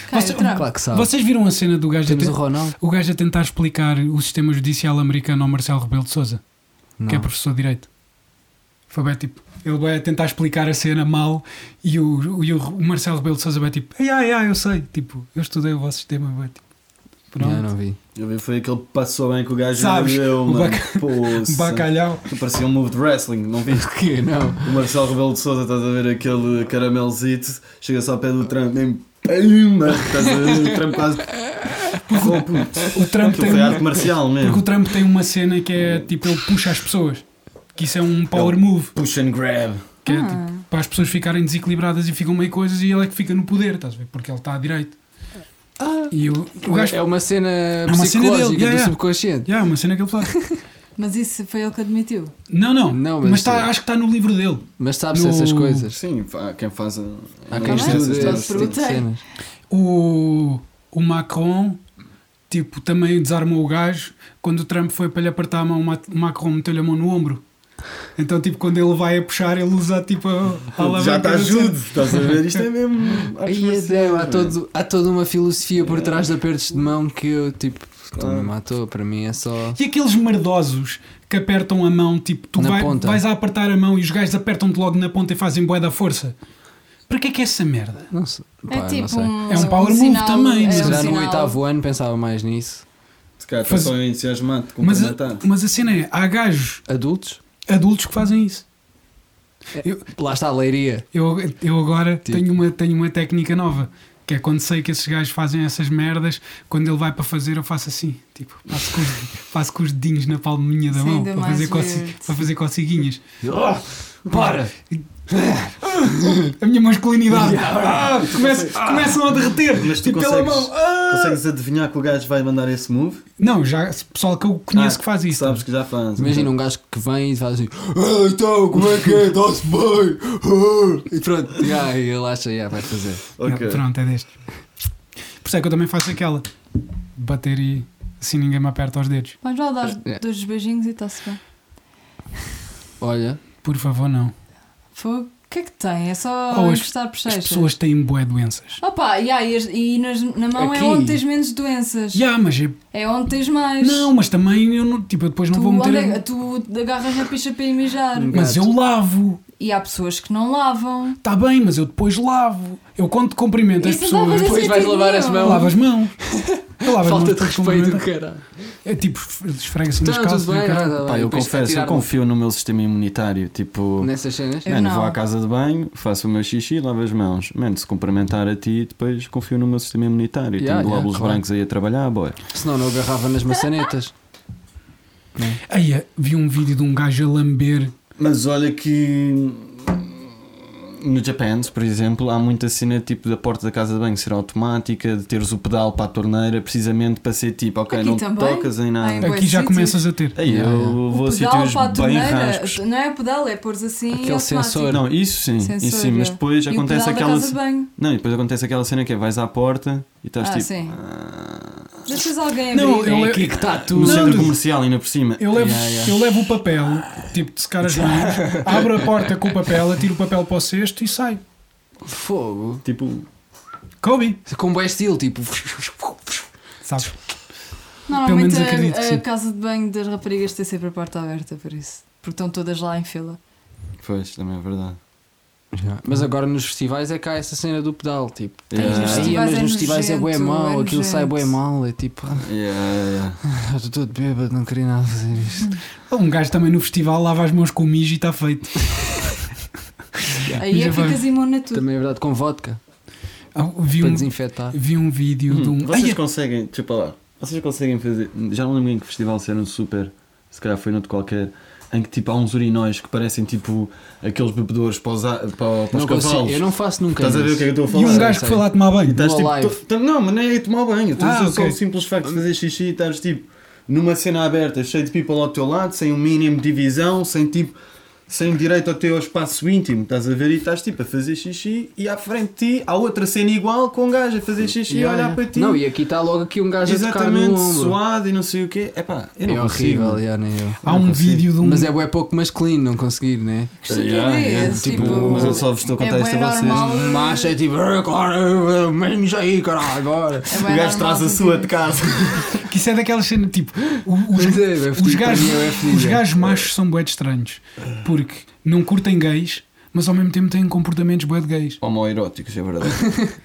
S4: Cara,
S2: Você-
S4: o Trump.
S3: Claro que sabe.
S2: Vocês viram a cena do gajo, a
S3: Temos
S2: te-
S3: o Ronaldo?
S2: o gajo a tentar explicar o sistema judicial americano ao Marcelo Rebelo de Souza, que é
S3: Não.
S2: professor de Direito? Foi bem tipo. Ele vai tentar explicar a cena mal e o, e o, o Marcelo Rebelo de Souza vai tipo, ai ai ai, eu sei, tipo, eu estudei o vosso sistema, vai tipo, pronto.
S3: Não, não vi.
S1: Eu vi, foi aquele que passou bem que o gajo
S2: Sabes,
S1: deu,
S2: o
S1: mano.
S2: bac-
S1: Poça.
S2: Bacalhau.
S1: [laughs] Parecia um move de wrestling, não viste?
S3: Que não.
S1: O Marcelo Rebelo de Souza, estás a ver aquele caramelzito, chega-se ao pé do Trump, mesmo. Pimba! Estás a ver? O Trump quase. Oh, puto.
S2: O Trump
S1: Aquilo
S2: tem
S1: foi
S2: uma-
S1: arte marcial
S2: porque o
S1: mesmo.
S2: Trump tem uma cena que é tipo, ele puxa as pessoas, que isso é um power move.
S1: Push and grab.
S2: Que é,
S4: Ah.
S2: tipo, para as pessoas ficarem desequilibradas e ficam meio coisas e ele é que fica no poder, estás a ver? Porque ele está à direita. E o, o gajo.
S3: É uma cena
S2: uma cena
S3: psicológica
S2: dele,
S3: do
S2: yeah, yeah.
S3: subconsciente.
S2: Já, é uma cena que ele faz.
S4: Mas isso foi ele que admitiu.
S2: Não, não.
S3: Não,
S2: mas
S3: mas-
S2: tá- acho que está no livro dele.
S3: Mas sabes
S2: No-
S3: essas coisas.
S1: Sim, há quem faz. eh, a-
S3: Há quem
S1: analisar
S3: estude
S1: essas
S3: esse
S1: coisas.
S3: tipo de
S4: perguntei.
S3: cenas.
S2: O, o Macron, tipo, também desarmou o gajo. Quando o Trump foi para lhe apertar a mão, o Ma- o Macron meteu-lhe a mão no ombro. Então, tipo, quando ele vai a puxar, ele usa tipo a, a
S1: Já está
S2: alavanca da cena.
S1: ajudo, estás a ver? Isto é
S3: [laughs]
S1: mesmo. arte
S3: Aí,
S1: marcial, é?
S3: Adeu, há,
S1: mano.
S3: todo- há toda uma filosofia por trás de apertos de mão que eu, tipo, tu me matou. Para mim é só.
S2: E aqueles merdosos que apertam a mão, tipo, tu
S3: Na
S2: vai-
S3: ponta.
S2: vais a apertar a mão e os gajos apertam-te logo na ponta e fazem bué da força. Para que é que é essa merda?
S3: Não sei. Pá,
S4: é
S3: não
S4: tipo
S3: sei.
S4: um.
S2: É um power move
S4: sinal-
S2: também,
S4: é um
S2: se
S3: Se calhar no
S4: sinal.
S3: oitavo ano pensava mais nisso.
S1: Se calhar está
S2: Faz-
S1: só entusiasmante com
S2: Mas
S1: mas,
S2: a, mas a cena é, há gajos
S3: Adultos?
S2: adultos que fazem isso.
S3: Lá está a leiria.
S2: Eu, eu agora
S3: Tipo.
S2: tenho, uma, tenho uma técnica nova, que é quando sei que esses gajos fazem essas merdas, quando ele vai para fazer, eu faço assim, tipo, faço com os, [laughs] faço com os dedinhos na palminha da
S4: Sim,
S2: mão
S4: ainda
S2: para
S4: mais
S2: fazer, coci-
S4: weird.
S2: para fazer cociguinhas.
S3: Para!
S2: A minha
S3: [laughs]
S2: masculinidade ah, começa- começam a derreter,
S1: Mas tu
S2: tipo, pela
S1: consegues-
S2: mão. ah!
S1: Consegues adivinhar que o gajo vai mandar esse move?
S2: Não, já pessoal que eu conheço
S1: Ah,
S2: que faz isso.
S1: Sabes que já faz.
S3: Imagina um gajo que vem e faz assim: "Ah, então, como é que é? Dá-se bem! Ah." E pronto, já, e ele acha, já, vai fazer.
S1: Ok.
S2: Não, pronto, é deste. Por isso é que eu também faço aquela. Bater e assim ninguém me aperta os dedos.
S4: Mas já dás
S3: É.
S4: dois beijinhos e está-se bem.
S3: Olha,
S2: Por favor, não.
S4: Fogo. O que é que tem? É
S2: Oh,
S4: só
S2: as-
S4: encostar por
S2: As
S4: cheio.
S2: pessoas têm bué doenças.
S4: Opa, e aí, as- e nas- na mão é
S3: Aqui.
S4: onde tens menos doenças.
S2: Já, mas é-
S4: É onde tens mais.
S2: Não, mas também eu não, tipo, eu depois não
S4: tu,
S2: vou meter.
S4: onde é- tu agarras na picha para ir mijar.
S3: Hum.
S2: Mas eu lavo.
S4: E há pessoas que não lavam.
S2: Está bem, mas eu depois lavo. Eu quando cumprimento as
S4: Isso assim. não
S2: pessoas,
S4: vai fazer
S3: Depois vais
S4: sentido
S3: lavar as
S4: nenhum.
S2: eu lavo as mãos. Eu lavo as
S3: falta
S2: mãos
S3: de
S2: depois
S3: respeito do
S2: cumprimento.
S3: caralho.
S2: É tipo, esfrega-se nas
S3: Então,
S2: calças.
S3: tudo
S2: na
S3: bem,
S2: cara.
S3: ah, tá
S1: Pá,
S3: bem.
S1: eu
S3: Depois
S1: confesso, eu
S3: atirar
S1: confio no meu sistema imunitário. Tipo,
S3: Nessas cenas.
S4: Eu
S1: mano,
S4: não.
S1: vou à casa de banho, faço o meu xixi, lavo as mãos. Mano, se cumprimentar a ti, depois confio no meu sistema imunitário.
S3: Yeah,
S1: Tenho
S3: yeah,
S1: glóbulos
S3: claro.
S1: brancos aí a trabalhar, boy.
S3: Senão não agarrava nas maçanetas.
S2: Aí, eh, vi um vídeo de um gajo a lamber
S1: Mas olha que. no Japan, por exemplo, há muita cena tipo da porta da casa de banho ser automática, de teres o pedal para a torneira, precisamente para ser tipo, ok,
S4: Aqui
S1: não
S4: também.
S1: tocas em nada.
S4: Ai, bué
S2: Aqui já
S4: sítios.
S2: começas a ter.
S1: Aí
S3: Yeah,
S1: eu
S3: yeah.
S1: vou a sítios bem rascos.
S4: Não é o pedal, é pôres assim.
S3: Aquele
S4: automático.
S3: sensor.
S1: Não, isso sim,
S4: Sensor,
S1: isso sim, mas
S4: é.
S1: depois
S4: E o
S1: acontece
S4: pedal da
S1: aquela.
S4: casa de banho.
S1: Não, e depois acontece aquela cena que é vais à porta e estás
S4: Ah,
S1: tipo.
S4: sim.
S1: "Ah",
S4: Deixas alguém abrir.
S2: Não, eu-
S3: [laughs] É aqui que está
S1: no
S3: tudo.
S2: Não,
S1: centro
S2: mas-
S1: comercial, ainda por cima.
S2: Eu levo,
S3: Yeah, yeah.
S2: eu levo o papel, tipo de secar
S3: [laughs]
S2: as mãos, abro a porta com o papel, atiro o papel para o cesto e saio.
S3: Fogo.
S1: Tipo,
S2: Kobe,
S3: Com bom estilo, tipo.
S2: sabes?
S4: Normalmente
S2: menos acredito que
S4: a,
S2: sim.
S4: a casa de banho das raparigas tem sempre a porta aberta, por isso. Porque estão todas lá em fila.
S1: pois, também é verdade.
S3: Mas agora nos festivais é cá essa cena do pedal, tipo.
S1: Tens nos
S3: tens aí,
S4: festivais
S3: mas
S4: é
S3: nos festivais é
S4: nojento,
S3: bué mal,
S4: é
S3: aquilo sai bué
S4: nojento.
S3: mal, é tipo. [laughs] ah,
S1: Yeah, yeah.
S3: Estou todo bêbado, não queria nada fazer isto.
S2: Um gajo também no festival lava as mãos com o mijo e está feito.
S4: Aí
S2: Já
S4: é que
S2: vai.
S4: ficas imune a tudo.
S3: Também é verdade, com vodka,
S2: Ah, Vi
S3: para
S2: um,
S3: desinfetar. Hum,
S2: vi um vídeo de um.
S1: Hum. Vocês
S2: Ai,
S1: conseguem, tipo lá, vocês conseguem fazer. Já não lembro em que festival se era um super, se calhar foi noutro qualquer, em que tipo há uns urinóis que parecem tipo aqueles bebedores para os, a- para, para os
S3: Não consigo,
S1: cavalos.
S3: assim, eu não faço nunca.
S1: Estás a ver o que é que eu estou a falar?
S2: e um
S3: sei,
S2: gajo que
S3: sei.
S2: foi lá tomar
S1: E
S2: banho.
S1: estás
S3: No
S1: tipo.
S3: Alive.
S1: to- to- não, mas nem é ir tomar banho. Estás
S2: Ah,
S1: só
S2: ok.
S1: o simples facto de fazer xixi e estás tipo numa cena aberta, cheio de people ao teu lado, sem um mínimo de divisão, sem tipo. Sem direito ao teu espaço íntimo, estás a ver? E estás tipo a fazer xixi e à frente de ti há outra cena igual com um gajo a fazer xixi e a
S3: Yeah,
S1: olhar
S3: yeah.
S1: para ti.
S3: Não, e aqui está logo aqui um gajo a tocar
S1: Exatamente,
S3: no ombro.
S1: suado e não sei o quê. Epá, eu não
S3: É
S1: consigo.
S3: horrível, yeah, nem eu.
S2: Há um vídeo de um.
S3: Mas é bué pouco masculino não conseguir, né?
S4: Que estupidez,
S1: tipo,
S4: é tipo,
S1: mas eu só vos estou a contar
S4: é
S1: isto
S4: bué
S1: a vocês.
S4: normal.
S3: Um Macho é tipo, "Ah, claro, menos aí, caralho, agora.
S4: É bué
S1: O gajo
S4: normal
S1: traz a
S4: sentir
S1: sua de
S4: isso.
S1: casa.
S2: Que isso é daquelas cenas tipo. o- Os,
S3: Mas é, é
S2: os gajos,
S3: fedido, para mim é fedido,
S2: os
S3: é.
S2: gajos machos são bué de estranhos. Porque não curtem gays, mas ao mesmo tempo têm comportamentos bué de gays.
S1: Homoeróticos, é verdade.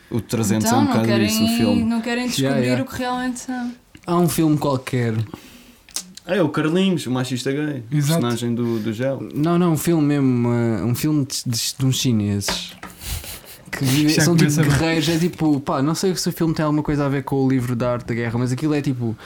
S1: O 300 é
S4: Então,
S1: um
S4: não
S1: bocado
S4: querem,
S1: isso, o filme.
S4: não querem descobrir
S3: Yeah, yeah.
S4: o que realmente são.
S3: Há um filme qualquer.
S1: É o Carlinhos, o machista gay.
S2: Exato.
S1: Personagem do, do gel.
S3: Não, não, um filme mesmo. uh, Um filme de, de- de uns chineses. Que vive-
S2: Já
S3: são tipo
S2: começa bem.
S3: guerreiros. É tipo, pá, não sei se o filme tem alguma coisa a ver com o livro da arte da guerra, mas aquilo é tipo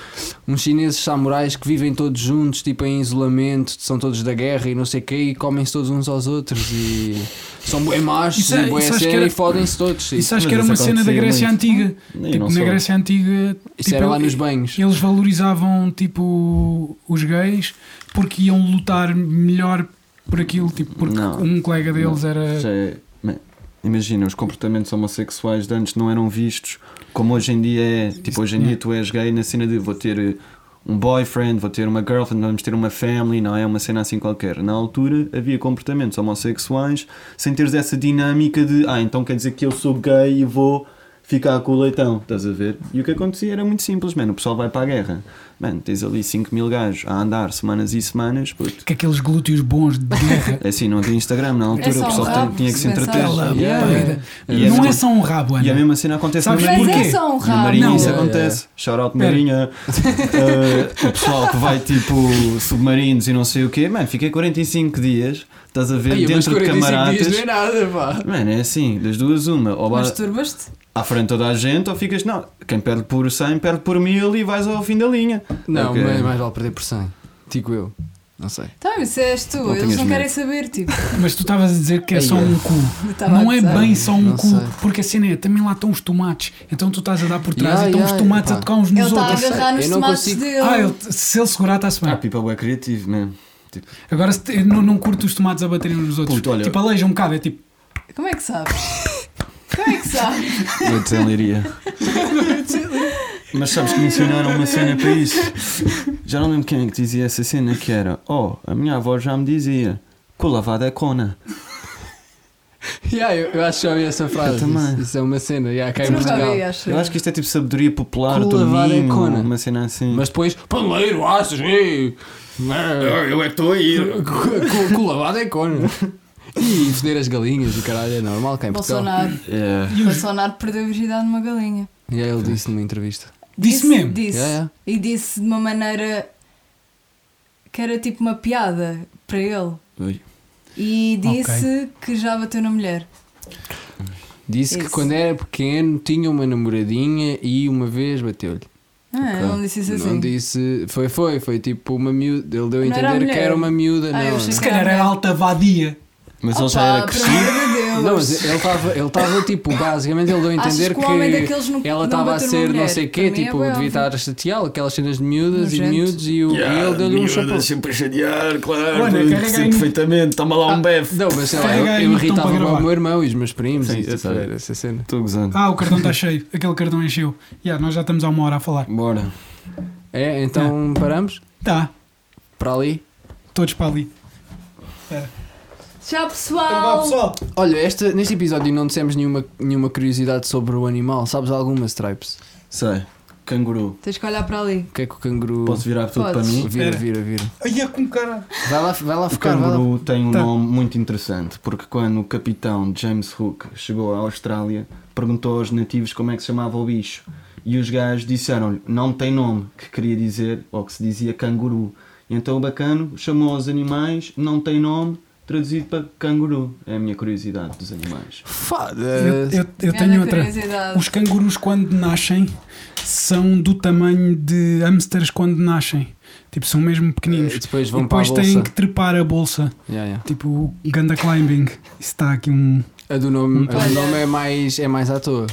S3: uns chineses samurais que vivem todos juntos, tipo em isolamento, são todos da guerra e não sei o quê, e comem-se todos uns aos outros e são bué machos
S2: Isso é-
S3: e bué
S2: isso acho que
S3: sério
S2: era-
S3: e fodem-se todos. tipo.
S2: Isso acho
S1: Mas
S2: que era
S1: isso
S2: uma cena da
S1: acontecia
S2: Grécia
S1: muito.
S2: Antiga.
S1: Eu
S2: Tipo,
S1: não
S2: na
S1: sou.
S2: Grécia Antiga.
S3: Isso
S2: tipo,
S3: era lá
S2: eu-
S3: nos banhos.
S2: Eles valorizavam tipo os gays porque iam lutar melhor por aquilo, tipo, porque
S1: Não.
S2: um colega deles
S1: Não.
S2: era.
S1: Já é- Man, Imagina, os comportamentos homossexuais de antes não eram vistos como hoje em dia é. Tipo, hoje em dia tu és gay na cena de vou ter eh, um boyfriend, vou ter uma girlfriend, vamos ter uma family, não é uma cena assim qualquer. Na altura havia comportamentos homossexuais sem teres essa dinâmica de ah, então quer dizer que eu sou gay e vou ficar com o leitão, estás a ver? E o que acontecia era muito simples, mano. O pessoal vai para a guerra, mano, tens ali 5 mil gajos a andar semanas e semanas, puto.
S2: Que aqueles glúteos bons de
S1: [laughs]
S2: guerra.
S1: É assim, não havia Instagram na altura,
S4: só
S1: o
S4: um
S1: pessoal
S4: rabo,
S1: tinha que se entreter.
S4: pensava.
S2: Aquela
S3: Yeah.
S2: beira.
S1: E é
S2: não
S1: mesmo-
S2: é só um rabo,
S1: E a
S2: Ana.
S1: mesma cena acontece
S2: Sabes
S1: na
S4: Mas
S1: Marinha.
S2: porquê?
S4: é só um
S1: Na
S4: rabo.
S1: Marinha
S2: Não.
S1: isso
S3: Yeah,
S1: acontece. Shout out
S2: Pera.
S1: Marinha. Uh, o pessoal que vai tipo submarinos e não sei o quê. Mano, fiquei 45 dias. Estás
S2: é-
S1: a ver
S3: Ai, mas
S1: dentro de
S3: 45 dias
S1: camaradas.
S3: não é nada, pá.
S1: Mano, é assim, das duas uma. Ou
S4: Mas
S1: vais
S4: turbas-te?
S1: à frente toda a gente ou ficas, não, quem perde por 100 perde por 1000 e vais ao fim da linha.
S3: Não,
S1: Ok.
S3: mas mais vale perder por 100. Digo eu. Não sei.
S4: Então, isso és tu.
S1: Não
S4: Eles
S1: tenhas
S4: não querem
S1: medo.
S4: saber, tipo.
S2: Mas tu estavas a dizer que é só
S3: Ai,
S2: um cu.
S4: eu estava
S2: Não
S4: a
S2: é
S4: gozar.
S2: bem só um
S3: Não
S2: cu,
S3: sei.
S2: porque a cena é também lá estão os tomates. Então tu estás a dar por trás
S3: Yeah,
S2: e estão os
S3: yeah,
S2: tomates
S3: pá.
S2: a tocar uns
S4: Ele
S2: nos
S4: está a
S2: outros.
S4: agarrar nos
S3: Eu não
S4: tomates
S3: consigo-
S4: dele.
S2: Ah, ele- se ele segurar, está-se bem.
S1: Ah, people é criativo mesmo.
S2: Agora se- eu não, não curto os tomates a baterem uns nos outros.
S1: Puto, olha-
S2: Tipo, aleija um bocado. É tipo,
S4: Como é que sabes? Como é que sabes?
S1: Noites em Leiria. Mas sabes que mencionaram uma cena para isso. Já não lembro quem é que dizia essa cena que era Oh, a minha avó já me dizia que o lavado é cona.
S3: [laughs] Yeah, eu, eu acho que já ouvi essa frase.
S1: também.
S3: Isso, isso é uma cena. Yeah, cá em
S4: Tu não
S3: Portugal.
S4: sabes, acho.
S1: Eu acho que isto é tipo sabedoria popular
S3: Que o
S1: do
S3: lavado é
S1: Minho,
S3: cona.
S1: uma cena assim.
S3: Mas depois, paneleiro, achas? Ei, é,
S1: eu é que estou a ir.
S3: com, com lavada é cona. E foder as galinhas e caralho é normal cá em Portugal.
S4: Bolsonaro.
S1: É.
S4: Bolsonaro perdeu a virgindade numa galinha.
S3: E aí ele disse numa entrevista.
S2: Disse mesmo?
S4: Disse.
S3: Yeah, yeah.
S4: E disse de uma maneira que era tipo uma piada para ele.
S1: Ui.
S4: E disse que já bateu na mulher.
S3: Disse que
S4: Isso.
S3: quando era pequeno tinha uma namoradinha e uma vez bateu-lhe.
S4: Ah, ele não disse isso assim.
S3: Não disse. Foi, foi, foi tipo uma miúda. Ele deu a
S4: Não era a
S3: entender que
S4: mulher.
S3: era uma miúda,
S4: Ah, eu
S3: não.
S4: achei
S2: se calhar era é alta vadia.
S1: Mas ele já era
S4: Opa, pelo
S1: crescido.
S4: amor de spoilers.
S3: Não, mas ele estava, ele estava tipo, basicamente ele deu a
S4: Achas
S3: entender
S4: que o homem daqueles
S3: que,
S4: não-
S3: ela
S4: não
S3: estava a
S4: bateu
S3: ser
S4: numa
S3: não
S4: mulher.
S3: sei quê,
S4: Para mim é
S3: tipo,
S4: bué
S3: devia estar
S4: óbvio.
S3: a chateá-lo, aquelas cenas de miúdas e de
S4: Nojento.
S3: miúdos e, o, e ele deu-lhe um chapéu.
S1: sempre a chatear, claro.
S2: Olha,
S1: eu
S2: carrega
S1: percebo
S2: aí.
S1: perfeitamente. Toma lá um befe.
S3: Ah, Não, mas sei lá, eu,
S2: Carrega aí,
S3: eu
S2: então, para
S3: irritava o
S2: gravar.
S3: meu irmão e os meus primos
S1: Sim,
S3: e
S1: eu
S3: tipo,
S1: sei.
S3: era essa cena.
S1: Estou gozando.
S2: Ah, o cartão está [laughs] cheio. Aquele cartão encheu. Yeah, nós já estamos há uma hora a falar.
S1: Bora.
S3: É, então paramos
S2: Tá,
S3: para ali.
S2: todos para ali.
S4: Tchau,
S2: Então
S4: pessoal.
S3: Olha, esta, neste episódio não dissemos nenhuma, nenhuma curiosidade sobre o animal. Sabes alguma, Stripes?
S1: Sei. Canguru.
S4: Tens que olhar para ali.
S3: O que é que o canguru.
S1: Posso virar tudo para
S4: Podes.
S1: mim?
S3: Vira,
S2: Espera.
S3: vira, vira.
S2: Ai, é com cara.
S3: Vai lá, vai lá
S1: O
S3: ficar, vai lá.
S1: canguru tem um
S2: Tá.
S1: nome muito interessante, porque quando o capitão James Hook chegou à Austrália, perguntou aos nativos como é que se chamava o bicho. E os gajos disseram-lhe, não tem nome, que queria dizer, ou que se dizia canguru. E então o bacano chamou os animais, não tem nome, traduzido para canguru. É a minha curiosidade dos animais.
S3: É,
S2: Eu,
S3: Foda-se.
S2: eu- eu
S4: Grande
S2: tenho outra.
S4: curiosidade.
S2: Os cangurus, quando nascem, são do tamanho de hamsters quando nascem. Tipo, são mesmo pequeninos.
S3: Eh, Depois
S2: e
S3: vão para a
S2: depois
S3: bolsa.
S2: têm que trepar a bolsa.
S3: Yeah, yeah.
S2: Tipo, o ganda climbing. Isso está aqui um.
S3: A do nome, a
S4: Olha.
S3: do nome é, mais, é mais à toa.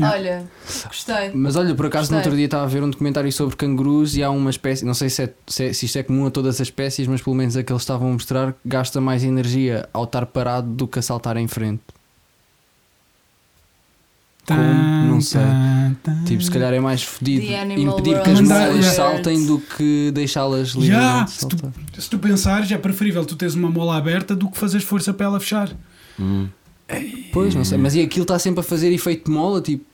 S4: Olha, gostei.
S3: Mas olha, por acaso no
S4: Gostei.
S3: outro dia estava a ver um documentário sobre cangurus e há uma espécie, não sei se, é- se, é- se isto é comum a todas as espécies, mas pelo menos a que eles estavam a mostrar gasta mais energia ao estar parado do que a saltar em frente. Como? Não sei.
S2: tan, tan.
S3: Tipo, se calhar é mais fodido
S4: Hum. The animal
S3: impedir que as
S4: world.
S3: molas
S2: Yeah.
S3: saltem do que deixá-las livremente
S2: Yeah, se tu-
S3: saltar.
S2: Se tu pensares, é preferível tu teres uma mola aberta do que fazeres força para ela fechar.
S1: Hum.
S3: Pois, não sei, mas e aquilo está sempre a fazer efeito de mola, tipo,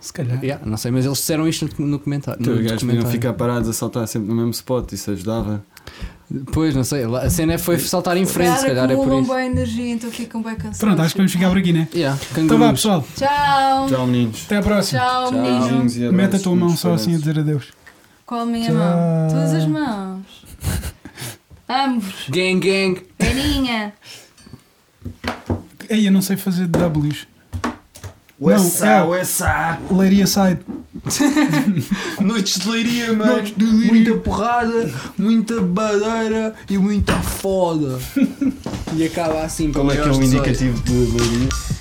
S2: Se calhar.
S3: yeah, não sei, mas eles disseram isto no, no comentário.
S1: Então
S3: no
S1: os gajos podiam
S3: documentário.
S1: ficar parados a saltar sempre no mesmo spot, isso ajudava.
S3: Pois, não sei, lá- a cena é- foi saltar em frente, se calhar é por
S4: acumulam
S3: isso.
S4: boa energia, então ficam bem cansados.
S2: Pronto, acho que vamos ficar por aqui, né?
S3: Yeah,
S2: Então vá,
S3: cangurus.
S2: pessoal.
S4: Tchau.
S1: Tchau meninos.
S2: Até à próxima.
S4: Tchau, menino.
S1: Beijinhos e
S2: Mete a
S1: abraços,
S2: tua mão
S1: muitos
S2: só assim a
S1: abraços.
S2: dizer adeus.
S4: Qual a minha
S2: Tchau.
S4: mão? Todas as mãos. Ambos.
S3: Gang, gang.
S4: Perninha.
S2: Ei, eu não sei fazer W's.
S1: Uessa,
S2: Não, é-
S1: uessa.
S2: Leiria side.
S3: Noites de leiria, mano. Muita porrada, muita badeira e muita foda. e acaba assim com
S1: é Como é que é o indicativo de. de-